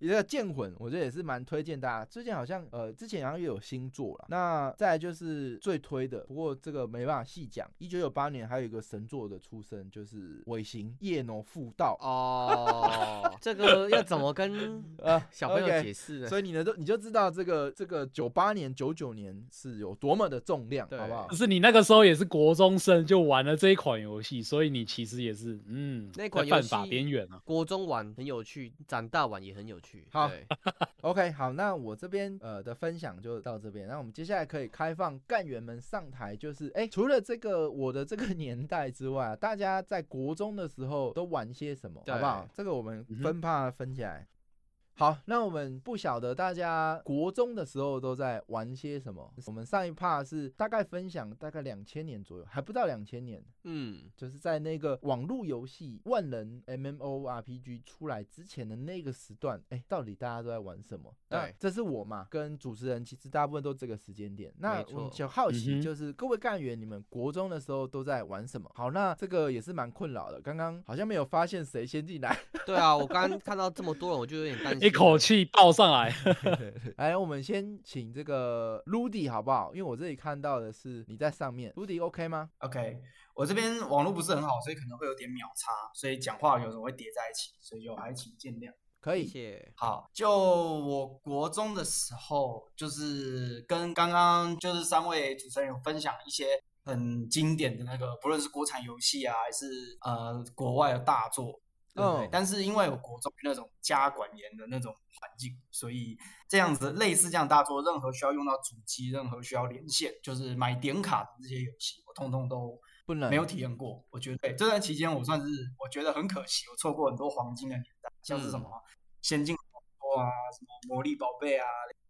Speaker 4: 你这个剑魂，我觉得也是蛮推荐大家。最近好像呃，之前好像也有新作了。那再来就是最推的，不过这个没办法细讲。一九九八年还有一个神作的出生，就是《尾行夜挪复道》
Speaker 3: 哦，这个要怎么跟
Speaker 4: 啊，
Speaker 3: 小朋友
Speaker 4: OK
Speaker 3: 解释呢？
Speaker 4: 所以你呢都你就知道这个这个九八年九九年是有多么的重量，
Speaker 3: 对
Speaker 4: 好不好
Speaker 2: 可？是你那个时候也是国中生，就玩了这一款游戏，所以你其实也是嗯，
Speaker 3: 那款
Speaker 2: 在犯
Speaker 3: 游
Speaker 2: 法
Speaker 3: 戏
Speaker 2: 边缘啊。
Speaker 3: 国中玩很有趣，长大玩也很有趣。
Speaker 4: 好
Speaker 3: 对
Speaker 4: OK，好，那我这边呃的分享就到这边。那我们接下来可以开放干员们上台，就是哎、除了这个我的这个 年代之外啊，大家在国中的时候都玩些什么，
Speaker 3: 对
Speaker 4: 好不好？这个我们
Speaker 2: 嗯哼
Speaker 4: 分趴分起来。好，那我们不晓得大家国中的时候都在玩些什么。我们上一趴是大概分享大概两千年左右，还不到两千年，
Speaker 3: 嗯，
Speaker 4: 就是在那个网络游戏万人 MMORPG 出来之前的那个时段，哎、到底大家都在玩什么？
Speaker 3: 对
Speaker 4: 那这是我嘛，跟主持人其实大部分都这个时间点。那
Speaker 3: 没错
Speaker 4: 我们就好
Speaker 2: 嗯
Speaker 4: 奇，
Speaker 2: 哼
Speaker 4: 就是各位干员，你们国中的时候都在玩什么？好，那这个也是蛮困扰的。刚刚好像没有发现谁先进来，
Speaker 3: 对啊，我刚刚看到这么多人，我就有点担心。
Speaker 2: 一口气爆上 来，
Speaker 4: 来，我们先请这个 Rudy 好不好？因为我这里看到的是你在上面，Rudy OK 吗？
Speaker 5: OK，我这边网络不是很好，所以可能会有点秒差，所以讲话有时候会叠在一起，所以就还请见谅。
Speaker 4: 可
Speaker 3: 谢
Speaker 4: 以。
Speaker 3: 谢。
Speaker 5: 好，就我国中的时候，就是跟刚刚就是三位主持人有分享一些很经典的那个，不论是国产游戏啊，还是呃国外的大作，对不对？
Speaker 4: 嗯
Speaker 5: 但是因为我国中那种家管严的那种环境，所以这样子类似这样大作，任何需要用到主机，任何需要连线，就是买点卡的这些游戏，我通通都
Speaker 4: 不能
Speaker 5: 没有体验过。我觉得对这段期间，我算是我觉得很可惜，我错过很多黄金的年代，像是什么《
Speaker 4: 嗯
Speaker 5: 仙境传说》啊、什么《魔力宝贝》啊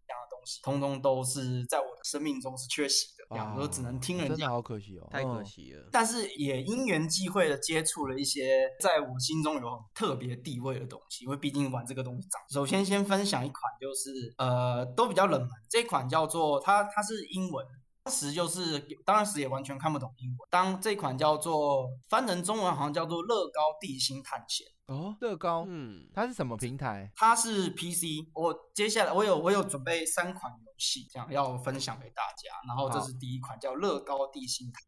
Speaker 5: 这样的东西，通通都是在我的生命中是缺席的。两个
Speaker 4: 哇
Speaker 5: 都只能听人
Speaker 4: 哦真的
Speaker 5: 家
Speaker 4: 好可惜哦，
Speaker 3: 太可
Speaker 4: 嗯。
Speaker 3: 惜了。
Speaker 5: 但是也因缘际会的接触了一些在我心中有很特别地位的东西，因为毕竟玩这个东西长。首先先分享一款，就是呃都比较冷门，这款叫做它它是英文。当时就是，当时也完全看不懂英文。当这款叫做翻成中文好像叫做《乐高地心探险》，
Speaker 4: 哦，乐高，
Speaker 3: 嗯，
Speaker 4: 它是什么平台？
Speaker 5: 它是 PC。我接下来我有我有准备三款游戏，想要分享给大家。然后这
Speaker 4: 好
Speaker 5: 是第一款叫《乐高地心探》，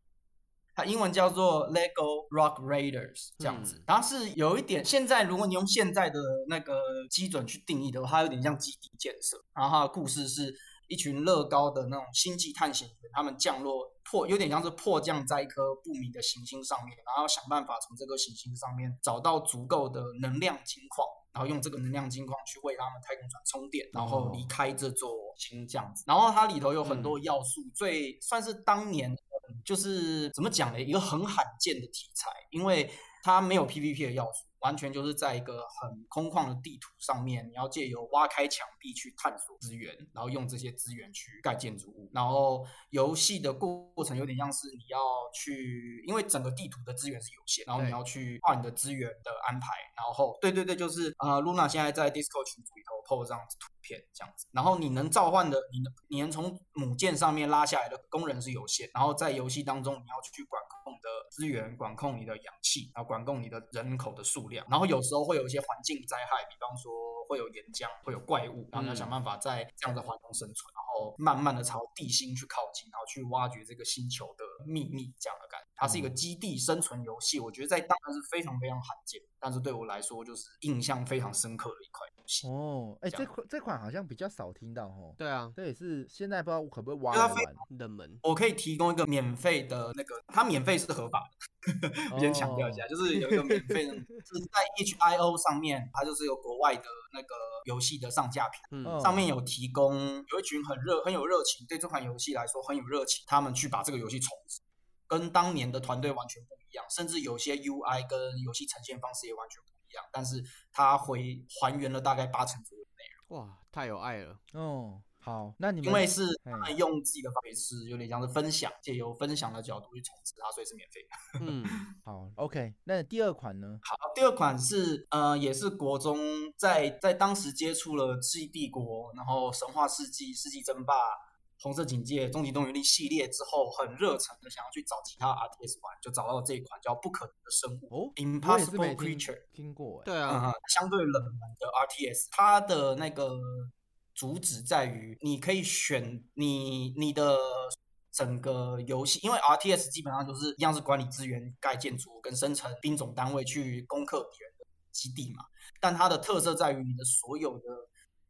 Speaker 5: 它英文叫做 LEGO Rock Raiders 这样子。
Speaker 3: 嗯
Speaker 5: 然后是有一点，现在如果你用现在的那个基准去定义的话，它有点像基地建设。然后它的故事是一群乐高的那种星际探险员，他们降落迫有点像是迫降在一颗不明的行星上面，然后想办法从这个行星上面找到足够的能量金矿。然后用这个能量金矿去为他们太空船充电，然后离开这座星这样子。然后它里头有很多要素，最算是当年嗯就是怎么讲呢，一个很罕见的题材，因为它没有 PVP 的要素，完全就是在一个很空旷的地图上面，你要借由挖开墙壁去探索资源，然后用这些资源去盖建筑物。然后游戏的过程有点像是你要去，因为整个地图的资源是有限，然后你
Speaker 3: 对
Speaker 5: 要去画你的资源的安排。然后对对对，就是呃，Luna 现在在 Discord 群组里头 PO 这样子图片这样子。然后你能召唤的，你能你能从母舰上面拉下来的工人是有限，然后在游戏当中你要去管控你的资源，管控你的氧气，然后管控你的人口的数量，然后有时候会有一些环境灾害，比方说会有岩浆，会有怪物，然后你要想办法在这样的环境生存，然后慢慢的朝地心去靠近，然后去挖掘这个星球的秘密这样的感觉。它是
Speaker 4: 哦
Speaker 5: 一个基地生存游戏，我觉得在当然是非常非常罕见，但是对我来说就是印象非常深刻的一款游戏。
Speaker 4: 哦，哎，
Speaker 5: 这
Speaker 4: 这
Speaker 5: 样
Speaker 4: 款这款好像比较少听到哦。
Speaker 3: 对啊，
Speaker 4: 这也是现在不知道可不可以挖
Speaker 5: 对啊
Speaker 4: 来
Speaker 5: 非
Speaker 4: 玩。
Speaker 3: 冷门。
Speaker 5: 我可以提供一个免费的那个， 它免费是合法的，
Speaker 4: 哦
Speaker 5: 我先强调一下，就是有一个免费的，就是在 HIO 上面，它就是有国外的那个游戏的上架平
Speaker 3: 嗯，
Speaker 4: 嗯
Speaker 5: 台，上面有提供有一群很热、很有热情，对这款游戏来说很有热情，他们去把这个游戏重置，跟当年的团队完全不一样，甚至有些 UI 跟游戏呈现方式也完全不一样，但是它回还原了大概八成左右的内
Speaker 3: 哇，太有爱了。
Speaker 4: 哦，好，那你
Speaker 5: 容，
Speaker 4: 们哎
Speaker 5: 因为是
Speaker 4: 嘿
Speaker 5: 他们用自己的方式，有点像是分享，借由分享的角度去重置它，所以是免费的。
Speaker 3: 嗯，
Speaker 4: 好 OK，那第二款呢？
Speaker 5: 好，第二款是呃，也是国中在在当时接触了《世纪帝国》，然后《神话世纪》《世纪争霸》《红色警戒》《终极动员令》系列之后，很热忱的想要去找其他 RTS 玩，就找到了这一款叫《不可能的生物
Speaker 4: 哦》我也是
Speaker 5: （Impossible
Speaker 4: 没听
Speaker 5: Creature）。
Speaker 4: 听过哎。
Speaker 3: 对啊，
Speaker 5: 嗯，相对冷门的 RTS，它的那个主旨在于你可以选你你的整个游戏，因为 RTS 基本上就是一样是管理资源、盖建筑跟生成兵种单位去攻克别人的基地嘛，但它的特色在于你的所有的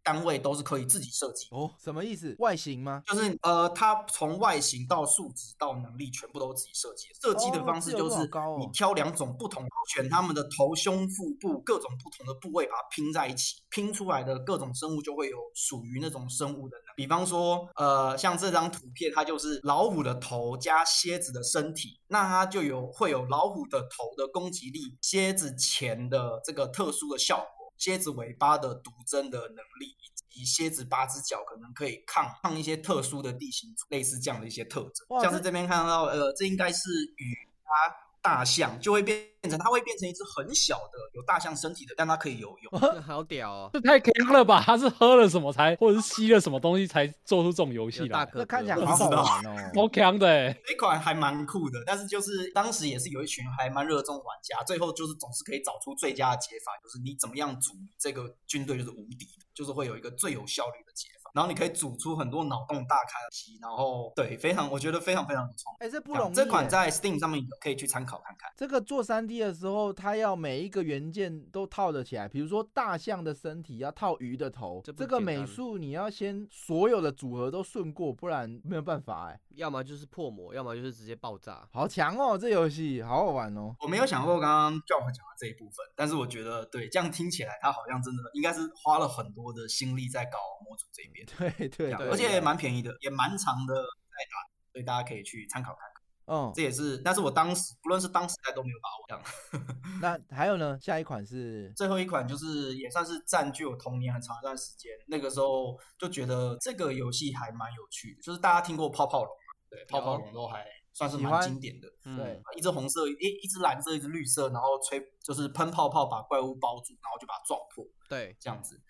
Speaker 5: 单位都是可以自己设计的。
Speaker 4: 哦，什么意思？外形吗？
Speaker 5: 就是呃，它从外形到数值到能力，全部都自己设计。设计的
Speaker 4: 哦
Speaker 5: 方式
Speaker 4: 自
Speaker 5: 就
Speaker 4: 由度好
Speaker 5: 是
Speaker 4: 高
Speaker 5: 你
Speaker 4: 哦
Speaker 5: 挑两种不同，选他们的头、胸、腹部各种不同的部位，把它拼在一起，拼出来的各种生物就会有属于那种生物的能力。比方说，呃，像这张图片，它就是老虎的头加蝎子的身体，那它就有会有老虎的头的攻击力，蝎子钳的这个特殊的效果。蝎子尾巴的毒针的能力，以及蝎子八只脚可能可以抗抗一些特殊的地形，类似这样的一些特
Speaker 4: 哇
Speaker 5: 征。像是
Speaker 4: 这
Speaker 5: 这边看到，呃，这应该是雨啊。大象就会变成，它会变成一只很小的有大象身体的，但它可以游泳。
Speaker 3: 那 好屌哦，
Speaker 2: 这太坑了吧！他是喝了什么才，或者是吸了什么东西才做出这种游戏
Speaker 3: 有大
Speaker 2: 来？
Speaker 3: 哥
Speaker 4: 这看起来
Speaker 3: 哥
Speaker 4: 好好
Speaker 5: 不知道
Speaker 4: 玩
Speaker 2: 超
Speaker 4: 哦。
Speaker 2: 强的欸！
Speaker 5: 这一款还蛮酷的，但是就是当时也是有一群还蛮热衷玩家，最后就是总是可以找出最佳的解法，就是你怎么样组这个军队就是无敌的，就是会有一个最有效率的解法。然后你可以组出很多脑洞大开的题，然后对，非常我觉得非常非常有创意。
Speaker 4: 哎，这不
Speaker 5: 这样
Speaker 4: 容易
Speaker 5: 这款
Speaker 4: 哎
Speaker 5: 在 Steam 上面有可以去参考看看。
Speaker 4: 这个做三 D 的时候，它要每一个元件都套得起来，比如说大象的身体要套鱼的头，
Speaker 3: 这不
Speaker 4: 这个
Speaker 3: 简单
Speaker 4: 美术你要先所有的组合都顺过，不然没有办法哎。
Speaker 3: 要么就是破魔，要么就是直接爆炸。
Speaker 4: 好强哦，这游戏好好玩哦。
Speaker 5: 我没有想过刚刚 Jump 讲的这一部分，但是我觉得对，这样听起来他好像真的应该是花了很多的心力在搞模组这边，
Speaker 4: 对对
Speaker 5: 这样
Speaker 4: 对，
Speaker 5: 啊而且也蛮便宜的，也蛮长的在打，所以大家可以去参考看看。
Speaker 4: 嗯，
Speaker 5: 这也是，但是我当时不论是当时代都没有把握。这样
Speaker 4: 那还有呢？下一款是
Speaker 5: 最后一款就是也算是占据我童年很长一段时间，那个时候就觉得这个游戏还蛮有趣的，就是大家听过泡泡龙。对，泡泡龙都还算是
Speaker 4: 喜
Speaker 5: 蛮
Speaker 4: 欢
Speaker 5: 经典的。啊
Speaker 4: 对
Speaker 3: 嗯，，
Speaker 5: 一只红色，一一只蓝色，一只绿色，然后吹就是喷泡泡把怪物包住，然后就把它撞破
Speaker 3: 对，
Speaker 5: 这
Speaker 4: 嗯
Speaker 5: 样子。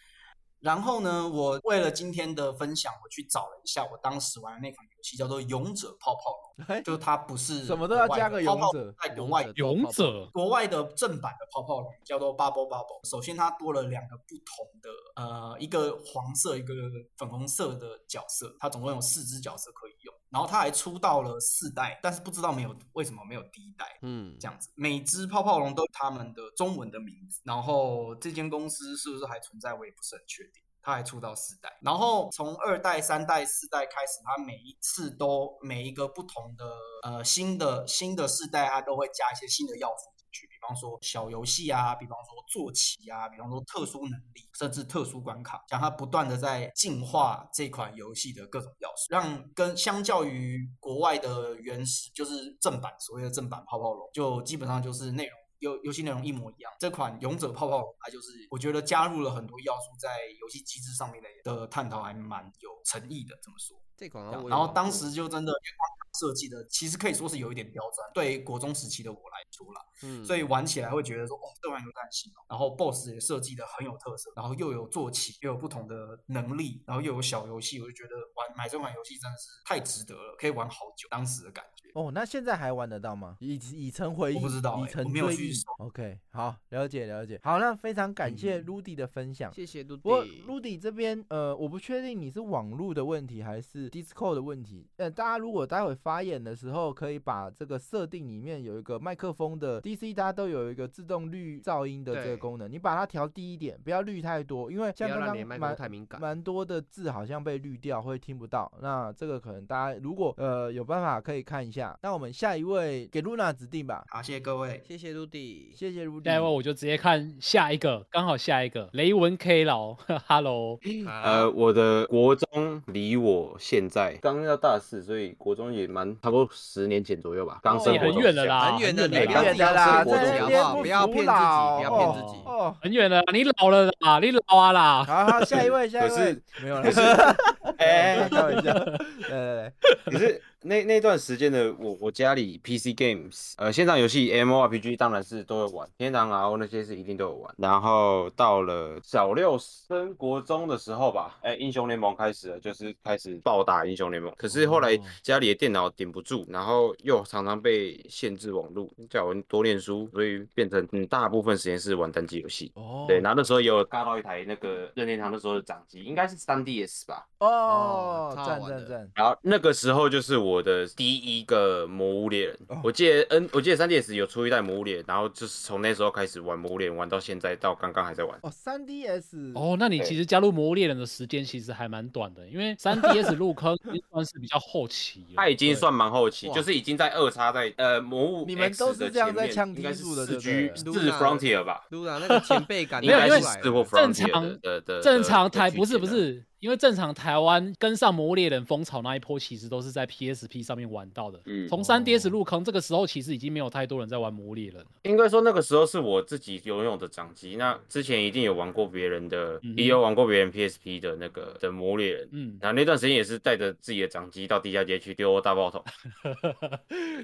Speaker 5: 然后呢，我为了今天的分享，我去找了一下我当时玩的那款游戏，叫做《勇者泡泡龙
Speaker 4: 哎》，
Speaker 5: 就是它不是
Speaker 4: 什么都要
Speaker 5: 国外的
Speaker 4: 加个
Speaker 5: 泡
Speaker 4: 勇
Speaker 5: 泡
Speaker 4: 者
Speaker 5: 在国外
Speaker 3: 勇者
Speaker 2: 勇者
Speaker 5: 国外的正版的泡泡龙叫做 Bubble Bubble。首先，它多了两个不同的，呃，一个黄色，一个粉红色的角色，它总共有四只角色可以用。然后它还出到了四代，但是不知道没有为什么没有第一代。
Speaker 3: 嗯，
Speaker 5: 这样子，每只泡泡龙都有他们的中文的名字，然后这间公司是不是还存在，我也不是很确定。它还出到四代，然后从二代、三代、四代开始，它每一次都每一个不同的呃新的新的世代，它都会加一些新的要素进去，比方说小游戏啊，比方说坐骑啊，比方说特殊能力，甚至特殊关卡，让它不断的在进化这款游戏的各种要素，让跟相较于国外的原始就是正版所谓的正版泡泡龙，就基本上就是内容游游戏内容一模一样。这款《勇者泡泡龙》它就是我觉得加入了很多要素在游戏机制上面的的探讨，还蛮有诚意的。这么说，
Speaker 3: 这款好
Speaker 5: 这
Speaker 3: 像
Speaker 5: 样
Speaker 3: 我有
Speaker 5: 然后
Speaker 3: 玩
Speaker 5: 当
Speaker 3: 过
Speaker 5: 时就真的关卡设计的，其实可以说是有一点刁钻，对国中时期的我来说啦。
Speaker 3: 嗯
Speaker 5: 所以玩起来会觉得说，哦，这玩意有担心哦。然后 BOSS 也设计的很有特色，然后又有坐骑，又有不同的能力，然后又有小游戏，我就觉得玩买这款游戏真的是太值得了，可以玩好久，当时的感觉。
Speaker 4: 哦，那现在还玩得到吗？以以成回忆，
Speaker 5: 我不知道
Speaker 4: 以
Speaker 5: 欸
Speaker 4: 成
Speaker 5: 我没有
Speaker 4: 追
Speaker 5: 去
Speaker 4: 忆
Speaker 5: 搜。
Speaker 4: OK，好，了解了解。好，那非常感谢
Speaker 5: 嗯
Speaker 4: Rudy 的分享。
Speaker 3: 谢谢杜
Speaker 4: 不过
Speaker 3: 迪
Speaker 4: Rudy 这边，呃，我不确定你是网络的问题还是 Discord 的问题。呃，大家如果待会发言的时候，可以把这个设定里面有一个麦克风的 DC，大家都有一个自动滤噪音的这个
Speaker 3: 对
Speaker 4: 功能，你把它调低一点，不要滤太多，因为
Speaker 3: 不
Speaker 4: 像
Speaker 3: 要
Speaker 4: 刚
Speaker 3: 让你
Speaker 4: 刚
Speaker 3: 的麦克
Speaker 4: 蛮
Speaker 3: 风太敏感，
Speaker 4: 蛮多的字好像被滤掉，会听不到。那这个可能大家如果呃有办法可以看一下。那我们下一位给露娜指定吧，
Speaker 5: 好，谢谢各位。
Speaker 3: 谢谢杜迪，
Speaker 4: 谢谢
Speaker 2: 下一位
Speaker 4: Rudy。
Speaker 2: 我就直接看下一个，刚好下一个雷文 K 老 ，Hello，
Speaker 3: 啊
Speaker 6: 呃，我的国中离我现在刚要大四，所以国中也蛮差不多十年前左右吧，刚升
Speaker 4: 哦
Speaker 6: 国
Speaker 2: 很
Speaker 6: 中
Speaker 2: 远了啦，
Speaker 3: 很远的
Speaker 2: 很
Speaker 3: 雷
Speaker 2: 远
Speaker 3: 不
Speaker 2: 了
Speaker 3: 要
Speaker 2: 啦
Speaker 3: 自
Speaker 4: 远
Speaker 3: 己
Speaker 4: 的啦，
Speaker 3: 要
Speaker 6: 自己国
Speaker 4: 在那
Speaker 6: 中
Speaker 4: 边
Speaker 6: 好不好
Speaker 4: 不服
Speaker 3: 不要骗自己
Speaker 4: 老
Speaker 3: 不要骗自
Speaker 4: 哦
Speaker 3: 己
Speaker 4: 哦。
Speaker 2: 很远了啦，你老了啦，你老啊啦，
Speaker 4: 好好，下一位，下一
Speaker 6: 可
Speaker 4: 位
Speaker 6: 是，
Speaker 4: 没有了，
Speaker 6: 可是
Speaker 4: 哎
Speaker 6: 哎，哎
Speaker 4: 开玩笑，来来来，
Speaker 6: 可是那那段时间的我，我家里 PC games，呃，线上游戏 M O R P G 当然是都有玩，天堂 R O 那些是一定都有玩。然后到了小六升国中的时候吧，哎、英雄联盟开始了，就是开始暴打英雄联盟。可是后来
Speaker 2: 哦
Speaker 6: 家里的电脑顶不住，然后又常常被限制网络，叫我多念书，所以变成嗯大部分时间是玩单机游戏。
Speaker 4: 哦
Speaker 6: 对，然后那时候也有尬到一台那个任天堂那时候的掌机，应该是 3DS 吧，
Speaker 4: 哦
Speaker 3: 哦，超好
Speaker 4: 赞
Speaker 3: 玩
Speaker 4: 赞
Speaker 3: 的
Speaker 4: 赞，
Speaker 6: 然后那个时候就是我的第一个《魔物猎人》
Speaker 4: 哦
Speaker 6: 我记得 N，我记得三 DS 有出一代《魔物猎人》，然后就是从那时候开始玩《魔物猎人》，玩到现在，到刚刚还在玩。
Speaker 4: 哦，三 DS，
Speaker 2: 哦，那你其实加入魔物猎人的时间其实还蛮短的，因为三 DS 入坑已经算是比较后期了。
Speaker 6: 它已经算蛮后期，
Speaker 3: 哇
Speaker 6: 就是已经在二叉在呃魔物
Speaker 4: 你们都
Speaker 6: X
Speaker 4: 是
Speaker 6: 的
Speaker 4: 这样
Speaker 6: 前
Speaker 4: 在
Speaker 6: 面，
Speaker 4: 呛
Speaker 6: 应该是
Speaker 4: 踢速的
Speaker 6: 四
Speaker 4: 对
Speaker 6: G
Speaker 4: 不
Speaker 3: 对
Speaker 6: 四 Frontier 吧，
Speaker 3: 露娜那个前辈感
Speaker 6: 应
Speaker 3: 就
Speaker 6: 该
Speaker 3: 出
Speaker 6: 是
Speaker 3: 来
Speaker 6: 四
Speaker 3: 了
Speaker 6: 或
Speaker 2: 正
Speaker 6: Frontier
Speaker 2: 常
Speaker 6: 的的的
Speaker 2: 正常
Speaker 6: 的的
Speaker 2: 台
Speaker 6: 区
Speaker 2: 不是
Speaker 6: 间
Speaker 2: 不
Speaker 6: 啊
Speaker 2: 是，因为正常台湾跟上《魔物猎人》风潮那一波，其实都是在 PSP 上面玩到的。
Speaker 6: 嗯
Speaker 2: 从三 DS 入坑，这个时候其实已经没有太多人在玩《魔物猎人》了。
Speaker 6: 应该说那个时候是我自己拥有的掌机，那之前一定有玩过别人的，
Speaker 2: 嗯哼
Speaker 6: 也有玩过别人 PSP 的那个的魔猎人。
Speaker 2: 嗯，
Speaker 6: 然后那段时间也是带着自己的掌机到地下街去丢大爆头，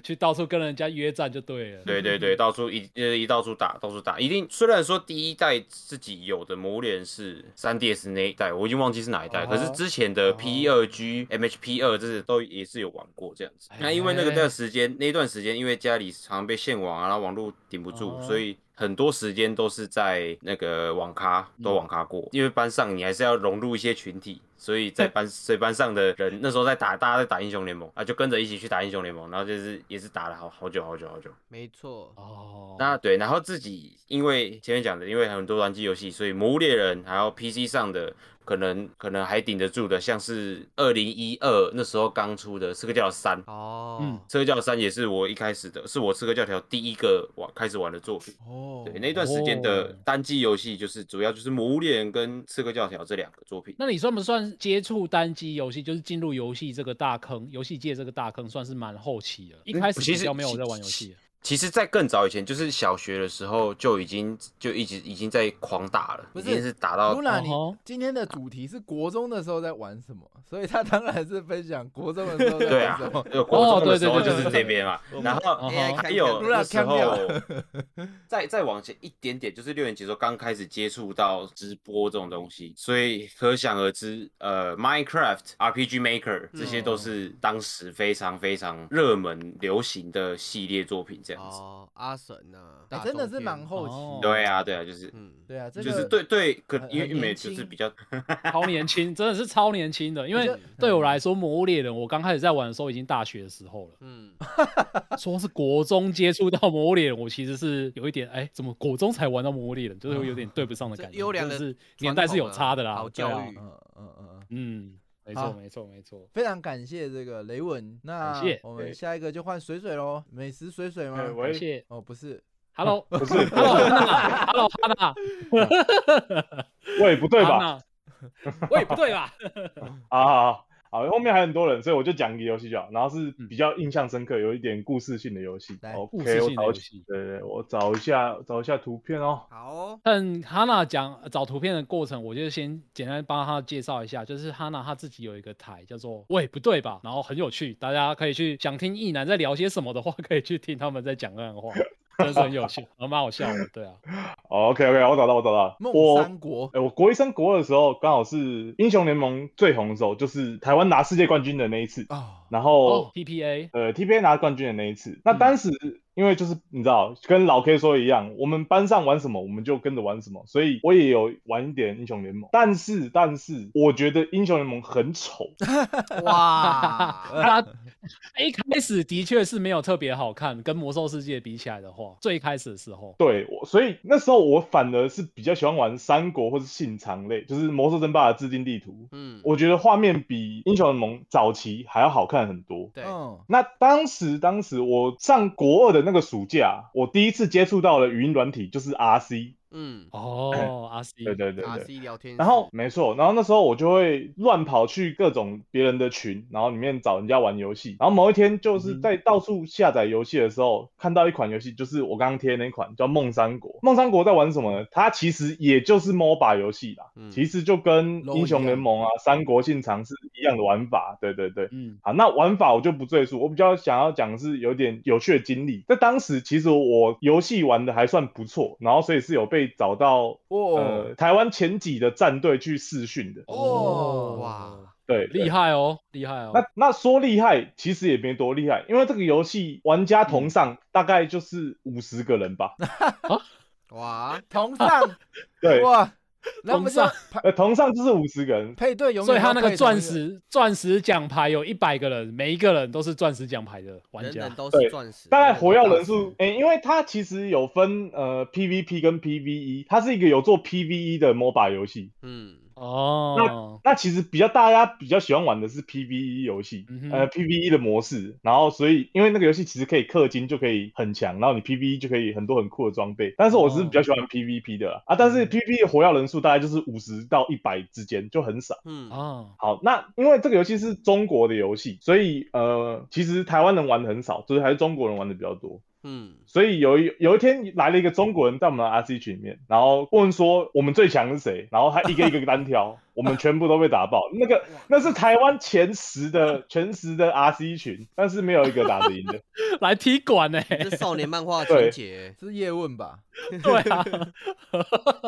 Speaker 2: 去到处跟人家约战就对了。
Speaker 6: 对对对，到处一呃一到处打，到处打，一定虽然说第一代自己有的魔猎人是三 DS 那一代，我已经忘记是哪一代，
Speaker 4: 哦
Speaker 6: 可是之前的 P 二 G、MHP 二这些都也是有玩过这样子。那因为那个段时间那段时间，因为家里常被限网啊，然后网络顶不住，
Speaker 2: 哦
Speaker 6: 所以。很多时间都是在那个网咖都网咖过，因为班上你还是要融入一些群体，所以在班所以班上的人那时候在打，大家在打英雄联盟啊，就跟着一起去打英雄联盟，然后就是也是打了好好久好久好久。
Speaker 3: 没错，
Speaker 2: 哦，
Speaker 6: 那对，然后自己因为前面讲的，因为很多单机游戏，所以《魔物猎人》还有 PC 上的，可能可能还顶得住的，像是二零一二那时候刚出的《刺客教条三》，《
Speaker 3: 哦
Speaker 2: 嗯，
Speaker 6: 刺客教条三》也是我一开始的，是我《刺客教条》第一个玩开始玩的作品。
Speaker 4: 哦，
Speaker 6: 对，那段时间的
Speaker 2: 哦
Speaker 6: 单机游戏就是主要就是《魔物猎人》跟《刺客教条》这两个作品。
Speaker 2: 那你算不算接触单机游戏，就是进入游戏这个大坑，游戏界这个大坑，算是蛮后期的，一
Speaker 6: 嗯
Speaker 2: 开始
Speaker 6: 其
Speaker 2: 比
Speaker 6: 实
Speaker 2: 较没有
Speaker 6: 其
Speaker 2: 在玩游戏。
Speaker 6: 其实，在更早以前，就是小学的时候就已经就一直已经在狂打了，
Speaker 4: 不
Speaker 6: 已
Speaker 4: 是
Speaker 6: 经是打到
Speaker 4: Luna，
Speaker 2: 哦吼
Speaker 4: 你今天的主题是国中的时候在玩什么，所以他当然是分享国中的时候在
Speaker 6: 对
Speaker 4: 玩
Speaker 6: 啊
Speaker 4: 什么。，
Speaker 6: 有国中的
Speaker 2: 对对
Speaker 6: 时候
Speaker 2: 哦对
Speaker 6: 就
Speaker 2: 对
Speaker 6: 是
Speaker 2: 对
Speaker 6: 这边嘛
Speaker 3: 我，
Speaker 6: 然后
Speaker 2: 哦吼
Speaker 6: 还有
Speaker 4: 哎看
Speaker 6: 那时
Speaker 4: 看掉
Speaker 6: 候，再再往前一点点，就是六年级的时候刚开始接触到直播这种东西，所以可想而知，呃，Minecraft、RPG Maker 这些都是当时非常非常热门流行的系列作品，这样子。
Speaker 3: 哦，阿神呐、
Speaker 4: 哎
Speaker 3: 大
Speaker 4: 真的
Speaker 3: 冬
Speaker 4: 是蛮
Speaker 3: 天
Speaker 4: 后
Speaker 2: 哦
Speaker 4: 期的。
Speaker 6: 对啊，对啊，就是
Speaker 3: 嗯，
Speaker 4: 对啊，这
Speaker 6: 就
Speaker 4: 个
Speaker 6: 是对对，可
Speaker 4: 很
Speaker 6: 因为
Speaker 4: 很
Speaker 6: 因为
Speaker 4: 年
Speaker 6: 就
Speaker 4: 轻
Speaker 6: 是比较
Speaker 2: 超年轻，真的是超年轻的。因
Speaker 4: 我觉
Speaker 3: 嗯
Speaker 2: 为
Speaker 4: 得
Speaker 2: 对我来说，《魔物猎人》我刚开始在玩的时候已经大学的时候了。
Speaker 3: 嗯，
Speaker 2: 说是国中接触到《魔物猎人》，我其实是有一点哎，怎么国中才玩到《魔物猎人》，就是会有点对不上的
Speaker 3: 这
Speaker 2: 感觉。
Speaker 3: 优良
Speaker 2: 真
Speaker 3: 的
Speaker 2: 是年代是有差的啦，
Speaker 3: 好
Speaker 2: 对啊
Speaker 3: 教育。
Speaker 4: 嗯嗯嗯，嗯
Speaker 2: 嗯，没
Speaker 4: 好
Speaker 2: 错，没错，没错。
Speaker 4: 非常感谢这个雷文。那
Speaker 2: 感谢
Speaker 4: 我们
Speaker 6: 对
Speaker 4: 下一个就换水水喽，美食水水
Speaker 7: 哎
Speaker 4: 吗？
Speaker 2: 感谢
Speaker 4: 哦，不是，
Speaker 2: ，Hello，不是，Hello 安娜，Hello 安 娜，
Speaker 7: 喂，不对吧？
Speaker 2: 吧？ 喂，不对吧？
Speaker 7: 啊， 好好好，后面还有很多人，所以我就讲一个游戏就好。然后是
Speaker 2: 嗯
Speaker 7: 比较印象深刻，有一点故事性的游戏
Speaker 4: 来。
Speaker 2: 故
Speaker 7: OK，我
Speaker 2: 事性的游
Speaker 7: 找
Speaker 2: 戏
Speaker 7: 起，对对，我找一下找一下图片哦。
Speaker 3: 好 哦，
Speaker 2: 但哈娜讲找图片的过程，我就先简单帮她介绍一下，就是哈娜她自己有一个台叫做“喂不对吧”，然后很有趣，大家可以去想听意男在聊些什么的话，可以去听他们在讲暗 话，真的是很有趣，还蛮好笑的，对啊，
Speaker 7: OK OK，我找到我找到了，
Speaker 4: 梦
Speaker 7: 我
Speaker 4: 三国。
Speaker 7: 哎，我国一升国二的时候，刚好是英雄联盟最红的时候，就是台湾拿世界冠军的那一次。
Speaker 4: 哦，
Speaker 7: 然
Speaker 2: 哦
Speaker 7: 后
Speaker 2: ，PPA，
Speaker 7: 呃 TBA 拿冠军的那一次，
Speaker 3: 嗯
Speaker 7: 那当时因为就是你知道，跟老 K 说的一样，我们班上玩什么，我们就跟着玩什么，所以我也有玩一点英雄联盟。但是但是，我觉得英雄联盟很 丑，
Speaker 3: 哇，
Speaker 2: 他一开始的确是没有特别好看，跟魔兽世界比起来的话，最开始的时候，
Speaker 7: 对，我所以那时候我反而是比较喜欢玩三国或是信长类，就是魔兽争霸的制定地图，
Speaker 3: 嗯，
Speaker 7: 我觉得画面比英雄联盟早期还要好看很多。
Speaker 3: 对，
Speaker 4: 嗯，
Speaker 7: 那当时，当时我上国二的那个暑假，我第一次接触到了语音软体，就是 RC。
Speaker 3: 嗯
Speaker 2: 哦，阿 C，
Speaker 7: 对对对对。
Speaker 3: ，RC 聊天室，
Speaker 7: 然后没错，然后那时候我就会乱跑去各种别人的群，然后里面找人家玩游戏。然后某一天就是在到处下载游戏的时候，看到一款游戏，就是我刚刚贴的那款叫《梦三国》。《梦三国》在玩什么呢？它其实也就是 MOBA 游戏啦，
Speaker 3: 嗯
Speaker 7: 其实就跟
Speaker 4: LOL
Speaker 7: 英雄联盟啊、三国信长是一样的玩法。对对对。
Speaker 2: 嗯，
Speaker 7: 好，那玩法我就不赘述，我比较想要讲的是有点有趣的经历。在当时其实我游戏玩的还算不错，然后所以是有被找到
Speaker 4: 哦
Speaker 7: 呃，台湾前几的战队去试训的，
Speaker 4: 哦
Speaker 3: 哇，
Speaker 7: 对，
Speaker 2: 厉
Speaker 7: 害。
Speaker 2: 害哦，厉害哦，
Speaker 7: 那那说厉害，其实也没多厉害，因为这个游戏玩家同
Speaker 2: 嗯
Speaker 7: 上大概就是五十个人吧。
Speaker 3: 哇，
Speaker 4: 啊同上
Speaker 7: 对，
Speaker 4: 哇，那不
Speaker 2: 同
Speaker 4: 是
Speaker 2: 上
Speaker 4: 排
Speaker 7: 呃，同上就是五十个人。
Speaker 4: 配对永远
Speaker 2: 所以他
Speaker 4: 都
Speaker 2: 那
Speaker 4: 配
Speaker 2: 个钻
Speaker 4: 同一
Speaker 2: 石钻石奖牌有一百个人，每一个人都是钻石奖牌的玩
Speaker 3: 人
Speaker 2: 家
Speaker 3: 人。都是
Speaker 7: 对
Speaker 3: 钻石，
Speaker 7: 大概
Speaker 3: 人
Speaker 7: 活
Speaker 3: 人
Speaker 7: 跃
Speaker 3: 都
Speaker 7: 人
Speaker 3: 是
Speaker 7: 数，诶、因为它其实有分呃 PVP 跟 PVE，它是一个有做 PVE 的 MOBA 游戏。
Speaker 3: 嗯，
Speaker 2: 哦，
Speaker 7: 那其实比较大家比较喜欢玩的是 PVE 游戏，
Speaker 2: 嗯哼
Speaker 7: 呃 PVE 的模式，然后所以因为那个游戏其实可以氪金就可以很强，然后你 PVE 就可以很多很酷的装备。但是我是
Speaker 2: 哦
Speaker 7: 比较喜欢 PVP 的啦、啊，但
Speaker 2: 嗯
Speaker 7: 是 PVP 的活跃人数大概就是五十到一百之间，就很少。
Speaker 3: 嗯，
Speaker 2: 哦，
Speaker 7: 好，那因为这个游戏是中国的游戏，所以呃，其实台湾人玩的很少，就是还是中国人玩的比较多。
Speaker 3: 嗯，
Speaker 7: 所以有一有一天来了一个中国人在我们的 RC 群里面，然后问说我们最强是谁，然后他一个一个单挑，我们全部都被打爆。那个那是台湾前十的前十的 RC 群，但是没有一个打得赢的。
Speaker 2: 来踢馆呢？
Speaker 3: 这少年 漫画情
Speaker 7: 对
Speaker 3: 节
Speaker 4: 个是叶问吧？
Speaker 2: 对 啊，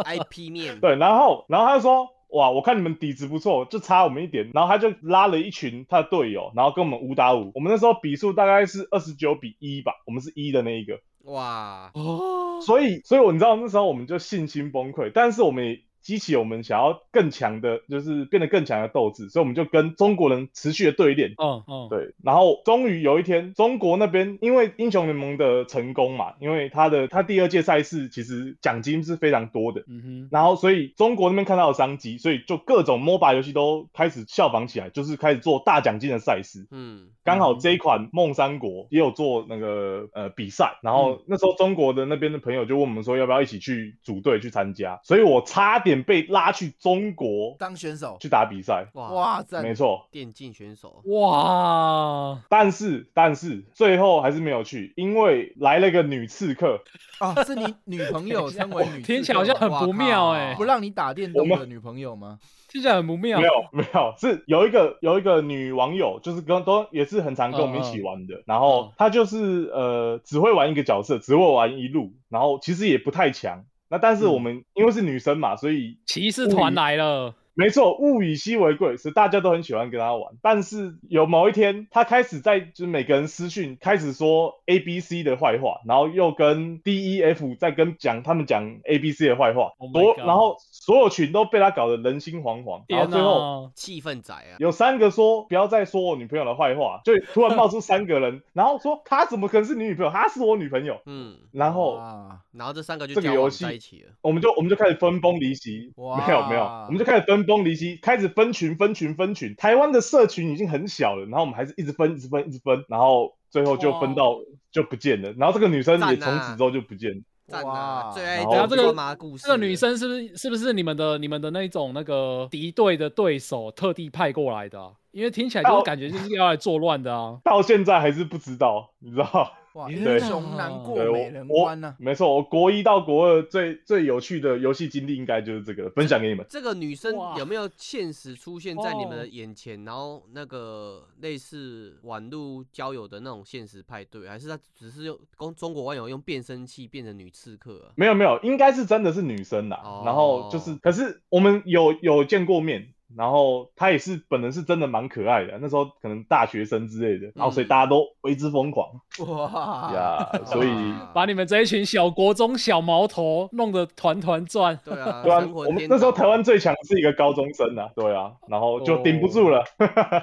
Speaker 3: ，IP 面，
Speaker 7: 对，然后然后他就说。哇，我看你们底子不错，就差我们一点。然后他就拉了一群他的队友，然后跟我们五打五。我们那时候比数大概是二十九比一吧，我们是一的那一个。
Speaker 3: 哇，
Speaker 2: 哦，
Speaker 7: 所以，所以我你知道那时候我们就信心崩溃，但是我们也激起我们想要更强的，就是变得更强的斗志，所以我们就跟中国人持续的对练。
Speaker 2: 嗯嗯，
Speaker 7: 对，然后终于有一天，中国那边因为英雄联盟的成功嘛，因为他的他第二届赛事其实奖金是非常多的，
Speaker 2: 嗯
Speaker 7: 然后所以中国那边看到了商机，所以就各种 MOBA 游戏都开始效仿起来，就是开始做大奖金的赛事。
Speaker 3: 嗯，
Speaker 7: 刚好这一款《梦三国》也有做那个呃比赛，然后那时候中国的那边的朋友就问我们说要不要一起去组队去参加，所以我差点点被拉去中国
Speaker 4: 当选手，
Speaker 7: 去打比赛。
Speaker 3: 哇，
Speaker 4: 哇，赞
Speaker 7: 没错，
Speaker 3: 电竞选手，
Speaker 2: 哇，
Speaker 7: 但是但是最后还是没有去，因为来了个女刺客。
Speaker 4: 啊！是你女朋 友称为女，
Speaker 2: 听起来好像很不妙哎、
Speaker 4: 不让你打电动的女朋友吗？
Speaker 2: 听起来很不妙
Speaker 7: 没。有没有，是有一个有一个女网友，就是跟都也是很常跟我们一
Speaker 2: 嗯
Speaker 7: 起玩的。然后她就是呃，只会玩一个角色，只会玩一路，然后其实也不太强。那但是我们、因为是女生嘛，所以
Speaker 2: 骑士嗯团来了，
Speaker 7: 没错，物以稀为贵，所以大家都很喜欢跟他玩。但是有某一天，他开始在就是每个人私讯开始说 A、B、C 的坏话，然后又跟 D、E、F 在跟讲他们讲 A、B、C 的坏话，
Speaker 2: Oh my
Speaker 7: 所、
Speaker 2: God
Speaker 7: 然后所有群都被他搞得人心惶惶，
Speaker 3: 啊
Speaker 7: 然后
Speaker 2: 天
Speaker 7: 最后。
Speaker 2: 哪！
Speaker 3: 气氛仔啊，
Speaker 7: 有三个说不要再说我女朋友的坏话，就突然冒出三个人，然后说她怎么可能是你女朋友，她是我女朋友，
Speaker 3: 嗯，
Speaker 7: 然后
Speaker 2: 啊
Speaker 4: 哇
Speaker 3: 然后这三个就
Speaker 7: 这个
Speaker 3: 交往
Speaker 7: 游戏
Speaker 3: 在一起了，
Speaker 7: 我们就我们就开始分崩离析，
Speaker 4: 哇
Speaker 7: 没有没有，我们就开始分崩离析，开始分群分群分群。台湾的社群已经很小了，然后我们还是一直分一直分一直分，然后最后就分到就不见了。然后这个女生也
Speaker 3: 赞
Speaker 7: 从
Speaker 3: 啊
Speaker 7: 此之后就不见了。
Speaker 3: 赞啊，
Speaker 4: 哇
Speaker 3: 最爱
Speaker 7: 然后
Speaker 3: 讲
Speaker 2: 哎这个
Speaker 3: 抓马故事，
Speaker 2: 这个女，生是不是是不是你们的你们的那种那个敌对的对手特地派过来的啊、因为听起来就是
Speaker 7: 哦
Speaker 2: 感觉就是要来作乱的啊。
Speaker 7: 到现在还是不知道，你知道？
Speaker 4: 哇，
Speaker 2: 对
Speaker 4: 英雄难过
Speaker 7: 对我
Speaker 4: 美人关啊呐！
Speaker 7: 没错，我国一到国二最最有趣的游戏经历应该就是这个，分享给你们。
Speaker 3: 这个女生
Speaker 2: 哇
Speaker 3: 有没有现实出现在你们
Speaker 2: 哦
Speaker 3: 的眼前？然后那个类似网络交友的那种现实派对，还是她只是用中中国网友用变声器变成女刺客啊？
Speaker 7: 没有没有，应该是真的是女生啦。
Speaker 3: 哦
Speaker 7: 然后就是，可是我们有有见过面，然后她也是本人是真的蛮可爱的，那时候可能大学生之
Speaker 4: 嗯
Speaker 7: 类的，然后所以大家都为之疯狂
Speaker 4: 哇，
Speaker 7: 呀。所以
Speaker 4: 啊
Speaker 3: 哇
Speaker 2: 把你们这一群小国中小毛头弄得团团转，
Speaker 3: 对啊，
Speaker 7: 对啊，
Speaker 3: 神
Speaker 7: 我
Speaker 3: 魂
Speaker 7: 们
Speaker 3: 颠倒
Speaker 7: 那时候台湾最强是一个高中生啊，对啊，然后就顶不住了。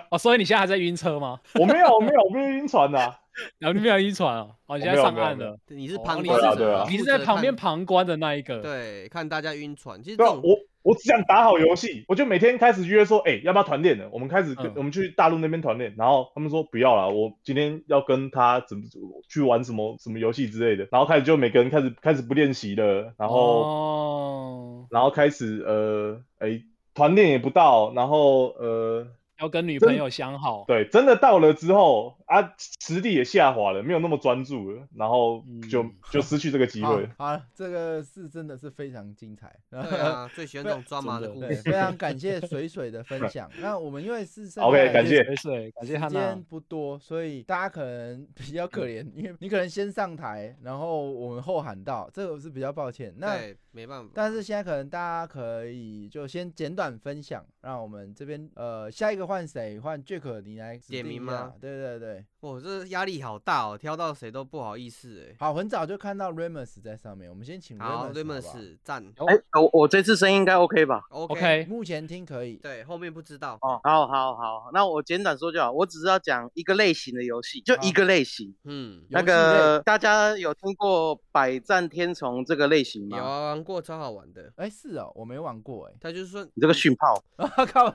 Speaker 2: 哦，所以你现在还在晕车吗？
Speaker 7: 我没有，我没有，我没有晕船呐、啊。
Speaker 2: 然后你没有晕船哦，哦，你现在
Speaker 7: 没有
Speaker 2: 上
Speaker 7: 没有
Speaker 2: 岸
Speaker 7: 没有
Speaker 2: 了，
Speaker 3: 你是
Speaker 2: 哦
Speaker 3: 旁
Speaker 2: 你
Speaker 3: 观
Speaker 7: 是
Speaker 3: 者
Speaker 7: 对啊
Speaker 2: 你是
Speaker 3: 负责
Speaker 2: 在旁
Speaker 3: 看
Speaker 2: 边旁观的那一个。
Speaker 3: 对，看大家晕船。其实这
Speaker 7: 对啊，
Speaker 3: 种
Speaker 7: 我我只想打好游戏，我就每天开始约说，哎、要不要团练了？我们开始跟、
Speaker 2: 嗯
Speaker 7: 我们去大陆那边团练，然后他们说不要啦，我今天要跟他怎么去玩什么什么游戏之类的，然后开始就每个人开始开始不练习了，然后、
Speaker 2: 哦，
Speaker 7: 然后开始呃，哎、团练也不到，然后呃，
Speaker 2: 要跟女朋友相好，
Speaker 7: 对，真的到了之后啊，实力也下滑了，没有那么专注了，然后就、
Speaker 2: 嗯
Speaker 7: 就失去这个机
Speaker 4: 好
Speaker 7: 会。，
Speaker 4: 好了，这个是真的是非常精彩。
Speaker 3: 对 啊，最喜欢这种抓马的故
Speaker 4: 对，
Speaker 3: 事。
Speaker 4: 非常感谢水水的 分享。那我们因为是剩
Speaker 7: OK，
Speaker 4: 下
Speaker 7: 感谢
Speaker 2: 水水，感谢
Speaker 4: 时
Speaker 2: 汉娜
Speaker 4: 间。不多，所以大家可能比较可怜，因为你可能先上台，然后我们后喊到，这个我是比较抱歉。那
Speaker 3: 对，没办法。
Speaker 4: 但是现在可能大家可以就先简短分享，让我们这边呃下一个换谁？换 Jack 你来指
Speaker 3: 点
Speaker 4: 定
Speaker 3: 名
Speaker 4: 一
Speaker 3: 吗
Speaker 4: 下？对对对，
Speaker 3: 我这压力好大哦，挑到谁都不好意思欸
Speaker 4: 好，很早就看到 Remus 在上面，我们先请
Speaker 3: 哎。好
Speaker 4: Remus 好不好。
Speaker 3: ，Remus 赞
Speaker 2: 哦
Speaker 8: 哎、我我这次声音应该 OK 吧？
Speaker 3: ，OK，
Speaker 2: OK，
Speaker 4: 哎目前听可以，
Speaker 3: 对，后面不知道。
Speaker 8: 哦，好好好，那我简短说就好。我只是要讲一个类型的游戏，
Speaker 3: 啊
Speaker 8: 就
Speaker 4: 好
Speaker 8: 一个类型。
Speaker 3: 嗯，
Speaker 4: 游
Speaker 8: 那
Speaker 4: 戏类
Speaker 8: 个大家有听过《百战天虫》这个类型
Speaker 3: 有
Speaker 8: 吗？
Speaker 3: 啊，玩过超好玩的。
Speaker 4: 哎、是哦，我没玩过哎、
Speaker 3: 他就是说，
Speaker 8: 你这个训炮，
Speaker 4: 我靠！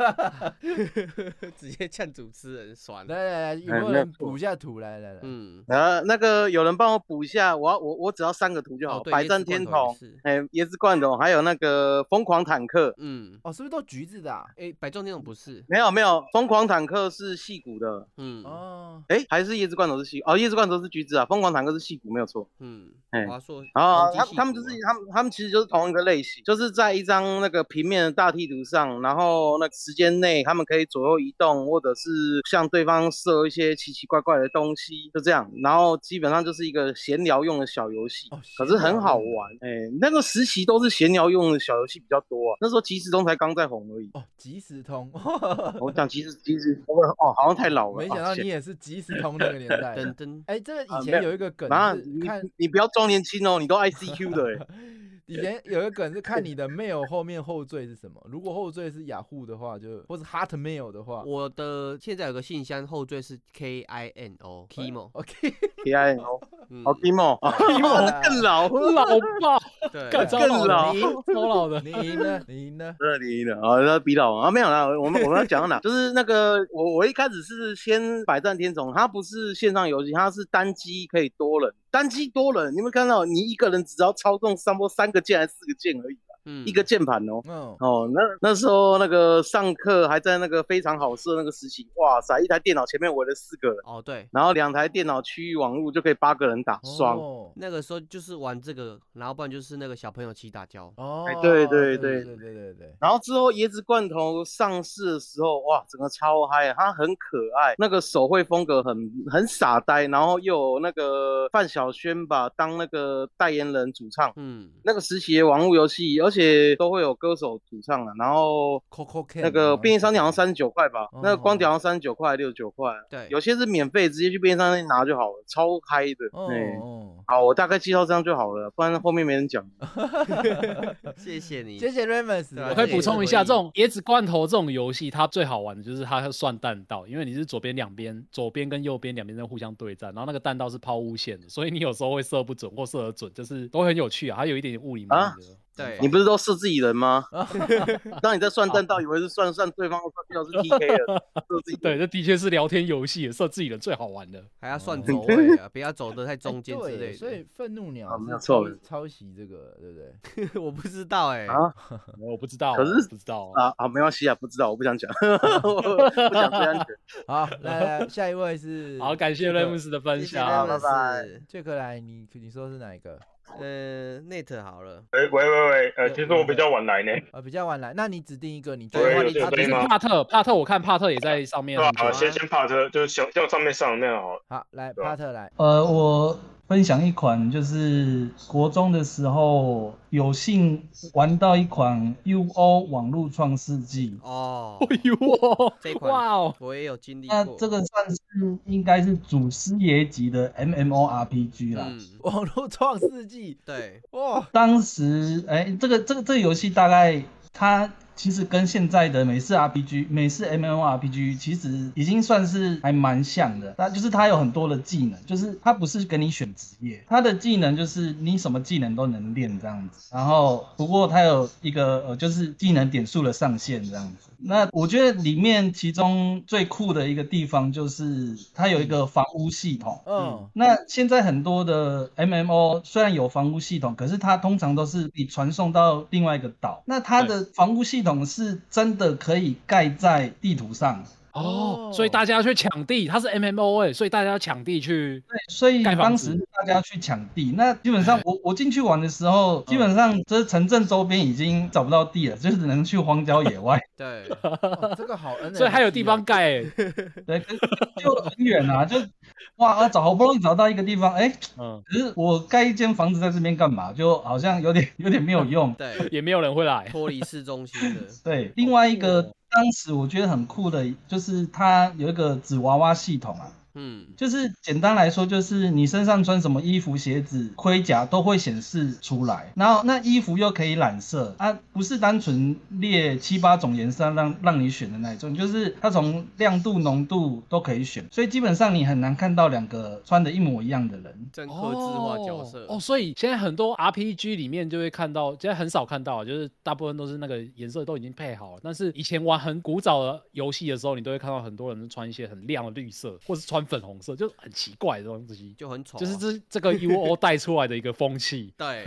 Speaker 3: 直接呛主持人，爽
Speaker 4: 来。来来，有
Speaker 8: 哎
Speaker 4: 没有
Speaker 8: 那
Speaker 4: 人
Speaker 8: 不
Speaker 4: 补一下图？来来来，
Speaker 3: 嗯，
Speaker 8: 呃，那个有人帮我补一下，我要我我只要三个图就好。
Speaker 3: 哦对
Speaker 8: 百战天
Speaker 3: 椰
Speaker 8: 虫
Speaker 3: 子罐头也
Speaker 8: 哎、
Speaker 3: 是，
Speaker 8: 椰子罐头，还有那个疯狂坦克。
Speaker 3: 嗯，
Speaker 4: 哦，是不是都橘子的、啊？
Speaker 3: 哎，百众那种不是，
Speaker 8: 没有没有，疯狂坦克是戏骨的，
Speaker 3: 嗯
Speaker 4: 哦，
Speaker 8: 哎、还是椰子罐头是戏哦，椰子罐头是橘子啊，疯狂坦克是戏骨没有错。
Speaker 3: 嗯，
Speaker 8: 哎
Speaker 3: 我要说
Speaker 8: 啊，
Speaker 3: 攻击
Speaker 8: 他
Speaker 3: 系
Speaker 8: 他们
Speaker 3: 统
Speaker 8: 就是
Speaker 3: 啊
Speaker 8: 他们他们其实就是同一个类型，就是在一张那个平面的大地图上，然后那个时间内他们可以左右移动，或者是向对方射一些奇奇怪怪的东西，就这样。然后基本上就是一个闲聊用的小游戏，
Speaker 4: 哦
Speaker 8: 可是
Speaker 4: 闲聊
Speaker 8: 很好
Speaker 4: 用的。
Speaker 8: 玩。哎、那个时期都是闲聊用的小游戏比较多啊，那时候即时通才刚在红而已
Speaker 4: 哦，即时通，
Speaker 8: 我讲即时即时通哦，好像太老了。
Speaker 4: 没想到
Speaker 8: 啊
Speaker 4: 你。也是即时通那个年代的。
Speaker 3: 噔噔，
Speaker 4: 哎，这个
Speaker 8: 啊
Speaker 4: 以
Speaker 8: 没
Speaker 4: 前
Speaker 8: 有
Speaker 4: 有一个梗
Speaker 8: 啊，
Speaker 4: 是
Speaker 8: 你
Speaker 4: 看，
Speaker 8: 你不要装年轻哦，你都 ICQ 的、欸，
Speaker 4: 以前有一个梗是看你的 mail 后面后缀是什么。如果后缀是雅虎的话，就或是 Hotmail 的话，
Speaker 3: 我的现在有个信箱后缀是 K I N
Speaker 4: 哦
Speaker 3: O Kimo，
Speaker 4: OK，
Speaker 8: K I N O，
Speaker 3: 嗯
Speaker 8: 好 Kimo，Kimo 更 老，
Speaker 2: 老爆，
Speaker 3: 对，
Speaker 2: 干
Speaker 8: 这
Speaker 2: 超
Speaker 8: 更
Speaker 2: 老的
Speaker 8: 老
Speaker 4: 你
Speaker 2: 超老的。
Speaker 4: 你赢了，你赢了。
Speaker 8: 二零一的啊，那比老王啊，没有啦，我们我们要讲到 哪？就是那个我我一开始是先百战天虫，它不是线上游戏，它是单机可以多人，单机多人，你有没有看到？你一个人只要操纵上波三个键还是四个键而已啊、
Speaker 3: 嗯
Speaker 8: 一个键盘哦。
Speaker 4: 嗯，
Speaker 8: 哦，那那时候那个上课还在那个非常好色那个时期，哇塞，一台电脑前面围了四个人，
Speaker 3: 哦， 对，
Speaker 8: 然后两台电脑区域网络就可以八个人打，爽。
Speaker 4: 哦
Speaker 3: 那个时候就是玩这个，然后不然就是那个小朋友骑打胶。
Speaker 4: 哦
Speaker 8: 哎，对
Speaker 4: 对
Speaker 8: 对
Speaker 4: 对
Speaker 8: 对
Speaker 4: 对对对，
Speaker 8: 然后之后椰子罐头上市的时候，哇，整个超嗨，它很可爱，那个手绘风格很很傻呆，然后又有那个范晓萱吧当那个代言人主唱，
Speaker 3: 嗯，
Speaker 8: 那个时期的网络游戏，而且都会有歌手主唱啊，然后
Speaker 4: Coco Can
Speaker 8: 那
Speaker 4: 啊
Speaker 8: 个便利商店好像
Speaker 4: 这
Speaker 8: 三
Speaker 4: 个
Speaker 8: 十九块吧，
Speaker 4: 哦
Speaker 8: 那个光碟好像三十九块六十九块，啊
Speaker 3: 对，
Speaker 8: 有些是免费，直接去便利商店拿就好了，超嗨的，
Speaker 4: 哦
Speaker 8: 哎
Speaker 4: 哦，
Speaker 8: 好，我大概介绍这样就好了，不然后面没人讲。
Speaker 3: 谢谢你。
Speaker 4: 谢谢 Ramos，
Speaker 3: 对啊
Speaker 2: 我可以
Speaker 3: 这也
Speaker 2: 补
Speaker 3: 是
Speaker 2: 充
Speaker 3: 回
Speaker 2: 一下，
Speaker 3: 忆
Speaker 2: 这种椰子罐头这种游戏，它最好玩的就是它要算弹道，因为你是左边两边，左边跟右边两边在互相对战，然后那个弹道是抛物线的，所以你有时候会射不准或射得准，就是都很有趣啊，它有一点点物理模
Speaker 8: 啊
Speaker 2: 拟的。
Speaker 3: 对，
Speaker 8: 你不是都是自己人吗？当你在算弹道，以为是算算对方算掉是 TK 了，是自己
Speaker 2: 对，
Speaker 8: 人。
Speaker 2: 这的确是聊天游戏，射自己人最好玩的。
Speaker 3: 还要算
Speaker 4: 哦
Speaker 3: 走 位啊，不要走的太
Speaker 4: 哎
Speaker 3: 中间
Speaker 4: 对
Speaker 3: 之类的。
Speaker 4: 所以愤怒鸟
Speaker 8: 啊没有
Speaker 4: 是
Speaker 8: 错
Speaker 4: 抄抄袭这个，对不对？
Speaker 3: 我不知道哎、
Speaker 8: 啊
Speaker 2: 我不知道，
Speaker 8: 可是
Speaker 2: 不知道
Speaker 8: 啊啊，没关系啊，不知道，我不想讲，我不想追安全。
Speaker 4: 好，来来，下一位是
Speaker 2: 好，感谢
Speaker 4: 这个
Speaker 2: 瑞姆斯的分
Speaker 3: 谢谢
Speaker 2: 享。
Speaker 8: 拜拜
Speaker 3: Remus
Speaker 4: 杰克来，你你说是哪一个？
Speaker 3: 呃，Net 好了，
Speaker 9: 喂喂喂喂，呃，
Speaker 4: 对
Speaker 9: 其实我比较晚来呢，
Speaker 4: 呃，比较晚来，那你指定一个，你觉
Speaker 9: 对
Speaker 4: 得
Speaker 9: 有
Speaker 4: 话你
Speaker 9: 点
Speaker 4: 他
Speaker 9: 可以
Speaker 4: 定
Speaker 9: 吗
Speaker 2: 帕特，帕特，我看帕特也在上面
Speaker 9: 对吧
Speaker 2: 很？久
Speaker 9: 好
Speaker 2: 啊。
Speaker 9: 先先帕特，就是小叫上面上的那样好了。
Speaker 4: 好，来
Speaker 9: 对啊
Speaker 4: 帕特来，
Speaker 10: 呃，我分享一款，就是国中的时候有幸玩到一款 UO 网络创世纪。
Speaker 3: 哦，
Speaker 2: 哎呦哦
Speaker 3: 这一，款
Speaker 2: 哇哦，
Speaker 3: 我也有经历过。
Speaker 4: 啊
Speaker 10: 那这个算是应该是祖师爷级的 MMORPG 啦。
Speaker 3: 嗯，
Speaker 4: 网络创世纪，
Speaker 3: 对，
Speaker 4: 哇，
Speaker 10: 当时，哎、这个这个这个游戏大概它其实跟现在的美式 RPG、美式 MMORPG 其实已经算是还蛮像的。那就是它有很多的技能，就是它不是给你选职业，它的技能就是你什么技能都能练这样子。然后不过它有一个呃，就是技能点数的上限这样子。那我觉得里面其中最酷的一个地方就是它有一个房屋系统，
Speaker 4: 嗯，
Speaker 10: 那现在很多的 MMO 虽然有防护系统，可是它通常都是你传送到另外一个岛。那它的防护系统是真的可以盖在地图上，
Speaker 2: 哦，所以大家去抢地，它是 MMO 哎，所以大家要抢地去。
Speaker 10: 对，所以
Speaker 2: 盖房
Speaker 10: 当
Speaker 2: 子哎
Speaker 10: 时大家去抢地。那基本上我我进去玩的时候，基
Speaker 2: 嗯
Speaker 10: 本上这城镇周边已经找不到地了，就只能去荒郊野外。
Speaker 3: 对，
Speaker 4: 哦这个好 N，
Speaker 2: 所以还有地方盖欸，
Speaker 10: 对，可是就很远啊，就哇，啊找好不容易找到一个地方，哎，
Speaker 2: 嗯，
Speaker 10: 可是我盖一间房子在这边干嘛？就好像有点有点没有用。
Speaker 3: 对，
Speaker 2: 也没有人会来。
Speaker 3: 脱离市中心的，
Speaker 10: 对，另外一个、当时我觉得很酷的，就是它有一个纸娃娃系统啊，
Speaker 3: 嗯，
Speaker 10: 就是简单来说，就是你身上穿什么衣服、鞋子、盔甲都会显示出来，然后那衣服又可以染色啊，不是单纯列七八种颜色让让你选的那一种，就是它从亮度、浓度都可以选，所以基本上你很难看到两个穿的一模一样的人。
Speaker 3: 真刻字化角色。
Speaker 2: 哦，哦所以现在很多 RPG 里面就会看到，现在很少看到，啊就是大部分都是那个颜色都已经配好了。但是以前玩很古早的游戏的时候，你都会看到很多人穿一些很亮的绿色，或是穿粉红色，就很奇怪的东西。
Speaker 3: 就很丑啊、
Speaker 2: 就是这这个 UO 带出来的一个风气，
Speaker 3: 对，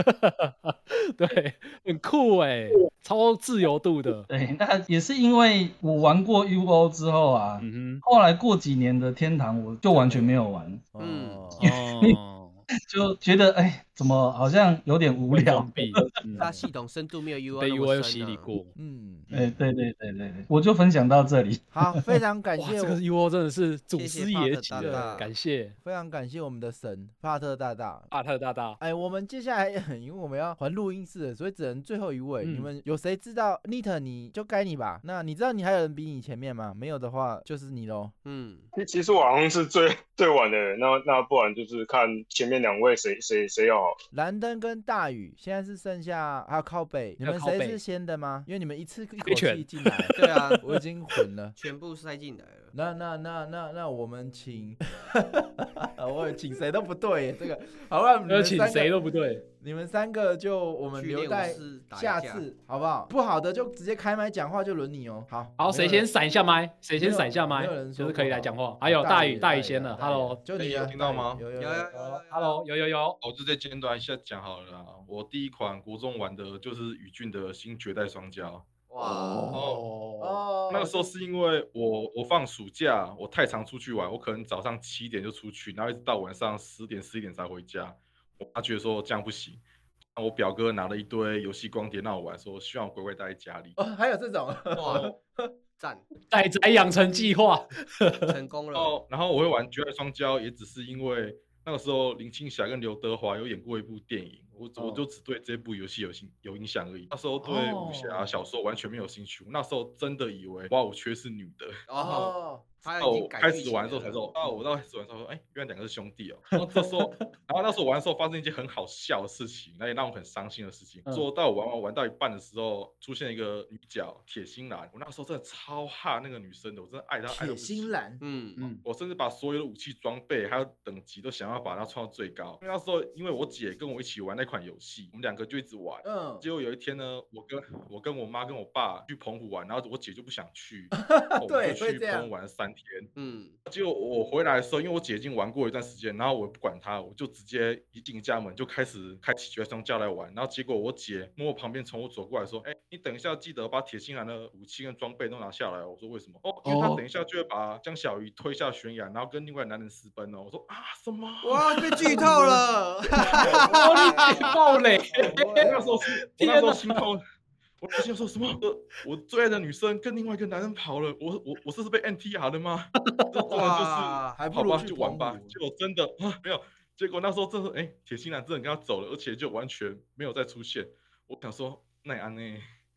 Speaker 2: 对，很酷 哎、超自由度的。
Speaker 10: 对，那也是因为我玩过 UO 之后啊，
Speaker 2: 嗯
Speaker 10: 后来过几年的天堂，我就完全没有玩，
Speaker 3: 嗯
Speaker 4: 哦
Speaker 2: 哼，哦，
Speaker 10: 就觉得哎，怎么好像有点无
Speaker 2: 被
Speaker 10: 聊
Speaker 2: 封。闭，嗯
Speaker 3: 它系统深度啊没有 U
Speaker 2: 被
Speaker 3: U
Speaker 2: UO 洗礼过。
Speaker 4: 嗯，
Speaker 10: 哎， 对对对对对，我就分享到这里。
Speaker 4: 好，非常感
Speaker 2: 哇，
Speaker 4: 谢
Speaker 2: 这
Speaker 4: 我
Speaker 2: 个 UO 真的是祖
Speaker 3: 谢谢
Speaker 2: 师
Speaker 3: 帕
Speaker 2: 爷
Speaker 3: 特
Speaker 2: 级
Speaker 3: 大
Speaker 2: 的，
Speaker 3: 大
Speaker 2: 感谢
Speaker 4: 非常感谢我们的神帕特大大。
Speaker 2: 帕特大大。
Speaker 4: 哎，我们接下来 因为我们要还录音室了，所以只能最后一位。你
Speaker 2: 嗯
Speaker 4: 们有谁知道 Nit？你就该你吧。那你知道你还有人比你前面吗？没有的话就是你喽。
Speaker 3: 嗯，
Speaker 9: 其其实我好像是最最晚的人，那那不然就是看前面两位谁谁谁要好了。
Speaker 4: 蓝灯跟大雨现在是剩下还有靠北，你
Speaker 2: 还有
Speaker 4: 们
Speaker 2: 靠
Speaker 4: 谁
Speaker 2: 北
Speaker 4: 是先的吗？因为你们一次一口
Speaker 2: 全
Speaker 4: 气进来，
Speaker 3: 对啊，
Speaker 4: 我已经混了。
Speaker 3: 全部塞进来了。
Speaker 4: 那那那那那我们请， 我请谁都不对耶，这个好吧，你
Speaker 2: 要
Speaker 4: 们
Speaker 2: 请
Speaker 4: 三个
Speaker 2: 谁都不对。
Speaker 4: 你们三个就我们
Speaker 3: 去
Speaker 4: 留
Speaker 3: 练
Speaker 4: 待
Speaker 3: 武士打一
Speaker 4: 下
Speaker 3: 架
Speaker 4: 次好不好？不好的就直接开麦讲话，就轮你哦。好，
Speaker 2: 好，
Speaker 4: 没有
Speaker 2: 谁先
Speaker 4: 人
Speaker 2: 闪一下麦？谁先闪一下
Speaker 4: 没
Speaker 2: 麦
Speaker 4: 有人？
Speaker 2: 就
Speaker 4: 说
Speaker 2: 是可以
Speaker 4: 不好
Speaker 2: 来讲话。还有大宇，大宇先了。
Speaker 4: 大宇
Speaker 2: Hello，
Speaker 4: 就你
Speaker 11: 有
Speaker 4: 啊
Speaker 11: 听到
Speaker 4: 大宇
Speaker 11: 吗
Speaker 4: 有有
Speaker 3: 有
Speaker 4: 有
Speaker 3: 有
Speaker 4: 有
Speaker 3: 有
Speaker 2: 呃，Hello，有有有，
Speaker 11: 我就在简短一下讲好了啦。我第一款国中玩的就是宇俊的新绝代双骄。
Speaker 3: 哇，
Speaker 2: 哦，
Speaker 4: 哦，
Speaker 11: 那个时候是因为我我放暑假，我太常出去玩，我可能早上七点就出去，然后一直到晚上十点十一点才回家。我妈觉得说这样不行，那我表哥拿了一堆游戏光碟让我玩，说希望我乖乖待在家里。
Speaker 4: 哦，还有这种，
Speaker 3: 哇，赞，
Speaker 2: 仔仔养成计划，
Speaker 3: 成功
Speaker 11: 然
Speaker 3: 了，
Speaker 11: 后然后我会玩绝代双骄，也只是因为那个时候林青霞跟刘德华有演过一部电影，我只我
Speaker 3: 嗯
Speaker 4: 哦
Speaker 11: 就只对这部游戏有兴有影响而已。那时候对武侠
Speaker 2: 哦
Speaker 11: 小说完全没有兴趣，我那时候真的以为哇，我缺是女的。
Speaker 3: 哦，他
Speaker 11: 到
Speaker 3: 已
Speaker 11: 我
Speaker 3: 经改
Speaker 11: 开
Speaker 3: 剧
Speaker 11: 始
Speaker 3: 情
Speaker 11: 玩的时候
Speaker 3: 了哦嗯
Speaker 11: 才知道，啊，我到开始玩的时候说，哎、原来两个是兄弟哦、然后这时候， 然后那时候玩的时候发生一件很好笑的事情，那也让我很伤心的事情。
Speaker 2: 嗯
Speaker 11: 说到我玩玩玩到一半的时候，出现一个女角铁心兰，我那时候真的超怕那个女生的，我真的爱她爱到
Speaker 4: 铁
Speaker 11: 不行哦
Speaker 4: 心。兰，
Speaker 3: 嗯嗯，
Speaker 2: 嗯，
Speaker 11: 我甚至把所有的武器装备还有等级都想要把它创到最高，因为那时候因为我姐跟我一起玩那款游戏，我们两个就一直玩，
Speaker 4: 嗯，
Speaker 11: 结果有一天呢，我跟我跟我妈跟我爸去澎湖玩，然后我姐就不想 去， 我
Speaker 4: 对
Speaker 11: 们就
Speaker 4: 会
Speaker 11: 去
Speaker 4: 这样
Speaker 11: 澎湖玩了三天。
Speaker 3: 嗯，
Speaker 11: 结果我回来的时候，因为我姐已经玩过一段时间，然后我也不管她，我就直接一进家门就开始开启绝双叫来玩。然后结果我姐摸我旁边从我走过来说：“哎、你等一下记得把铁心兰的武器跟装备都拿下来哦。”我说：“为什么？”哦，因为她
Speaker 2: 哦
Speaker 11: 等一下就会把江小鱼推下悬崖，然后跟另外男人私奔哦。我说：“啊，什么？”
Speaker 3: 哇，被剧透 了，
Speaker 2: 暴雷，
Speaker 11: 我那时候是，我那时候心痛，我那时候说什么？我我最爱的女生跟另外一个男人跑了，我我我这是被 NTR 的吗？这真的就是，
Speaker 3: 哇，
Speaker 4: 还不
Speaker 11: 好
Speaker 4: 如
Speaker 11: 吧，
Speaker 4: 去
Speaker 11: 就玩吧
Speaker 4: 澎。湖
Speaker 11: 结果真的啊，没有。结果那时候真的，哎、铁心兰真的跟他走了，而且就完全没有再出现。我想说，那也安呢？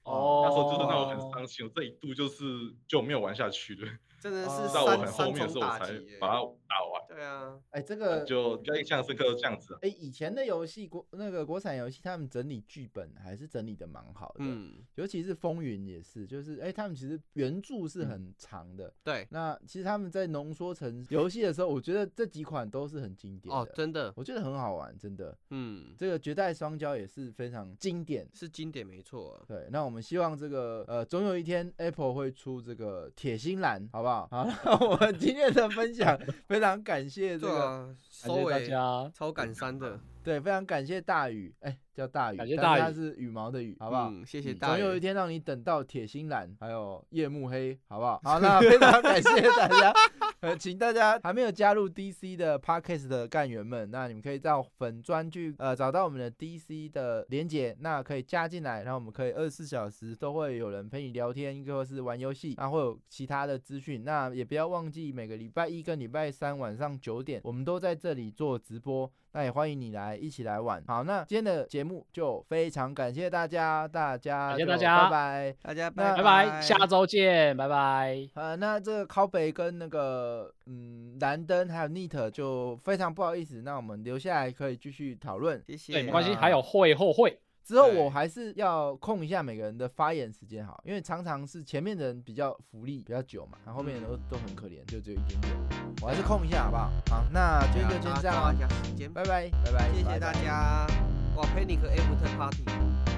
Speaker 2: 哦，
Speaker 11: 那时候就是让我很伤心，我这一度就是就没有玩下去了。
Speaker 3: 真的是
Speaker 4: 哦
Speaker 11: 直到我
Speaker 3: 三
Speaker 11: 很后
Speaker 3: 三
Speaker 11: 面的时
Speaker 3: 重
Speaker 11: 候，我
Speaker 3: 打
Speaker 11: 才
Speaker 3: 击耶，
Speaker 11: 把它打完。
Speaker 3: 对啊，
Speaker 4: 哎，这个
Speaker 11: 就比较印象深刻的这样子啊。
Speaker 4: 哎，以前的游戏国那个国产游戏，他们整理剧本还是整理的蛮好的，
Speaker 3: 嗯，
Speaker 4: 尤其是风云也是，就是哎，他们其实原著是很长的，
Speaker 3: 嗯对，
Speaker 4: 那其实他们在浓缩成游戏的时候，我觉得这几款都是很经典的，
Speaker 3: 哦，真的，
Speaker 4: 我觉得很好玩，真的。
Speaker 3: 嗯，
Speaker 4: 这个绝代双骄也是非常经典。
Speaker 3: 是经典没错啊，
Speaker 4: 对，那我们希望这个呃，总有一天 Apple 会出这个铁心兰，好不好？好，那我们今天的分享非常感谢这
Speaker 3: 对
Speaker 4: 个，
Speaker 3: 啊，
Speaker 4: 谢
Speaker 3: 收
Speaker 2: 大
Speaker 3: 尾
Speaker 2: 家
Speaker 3: 超感伤的，
Speaker 4: 对，非常感谢大宇，哎，叫大宇，
Speaker 2: 感谢
Speaker 4: 但是
Speaker 2: 大
Speaker 4: 他
Speaker 2: 宇
Speaker 4: 是羽毛的羽，好不好？
Speaker 3: 嗯，谢谢
Speaker 4: 嗯
Speaker 3: 大
Speaker 4: 总有一
Speaker 3: 爷，
Speaker 4: 天让你等到铁心兰，还有夜幕黑，好不好？好，那非常感谢 大家，呃，请大家还没有加入 DC 的 Podcast 的干员们，那你们可以到粉专去呃找到我们的 DC 的连接，那可以加进来，然后我们可以二十四小时都会有人陪你聊天，或是玩游戏，那会有其他的资讯，那也不要忘记每个礼拜一跟礼拜三晚上九点，我们都在这里做直播，那也欢迎你来一起来玩。好，那今天的节目就非常感谢大家，大家
Speaker 2: 感谢
Speaker 4: 就
Speaker 2: 大家
Speaker 4: 拜拜。
Speaker 3: 大家
Speaker 4: 那
Speaker 2: 拜拜，
Speaker 3: 拜，
Speaker 2: 下周见，拜拜。
Speaker 4: 呃，那这个靠北跟那个嗯蓝灯还有 Nit 就非常不好意思，那我们留下来可以继续讨论。
Speaker 3: 谢谢，
Speaker 2: 对，没关系，
Speaker 4: 啊
Speaker 2: 还有会后会，
Speaker 4: 之后我
Speaker 3: 对
Speaker 4: 还是要控一下每个人的发言时间好，因为常常是前面的人比较福利比较久嘛，然后后面的人都都很可怜，就只有一点点。我还是控一下好不好？好，那今
Speaker 3: 对
Speaker 4: 天
Speaker 3: 啊
Speaker 4: 就先
Speaker 3: 大家
Speaker 4: 这样
Speaker 3: 抓
Speaker 4: 啊
Speaker 3: 一，下时间，
Speaker 4: 拜拜拜拜，拜
Speaker 3: 谢谢
Speaker 4: 拜
Speaker 3: 大。家，哇，陪你和 After Party。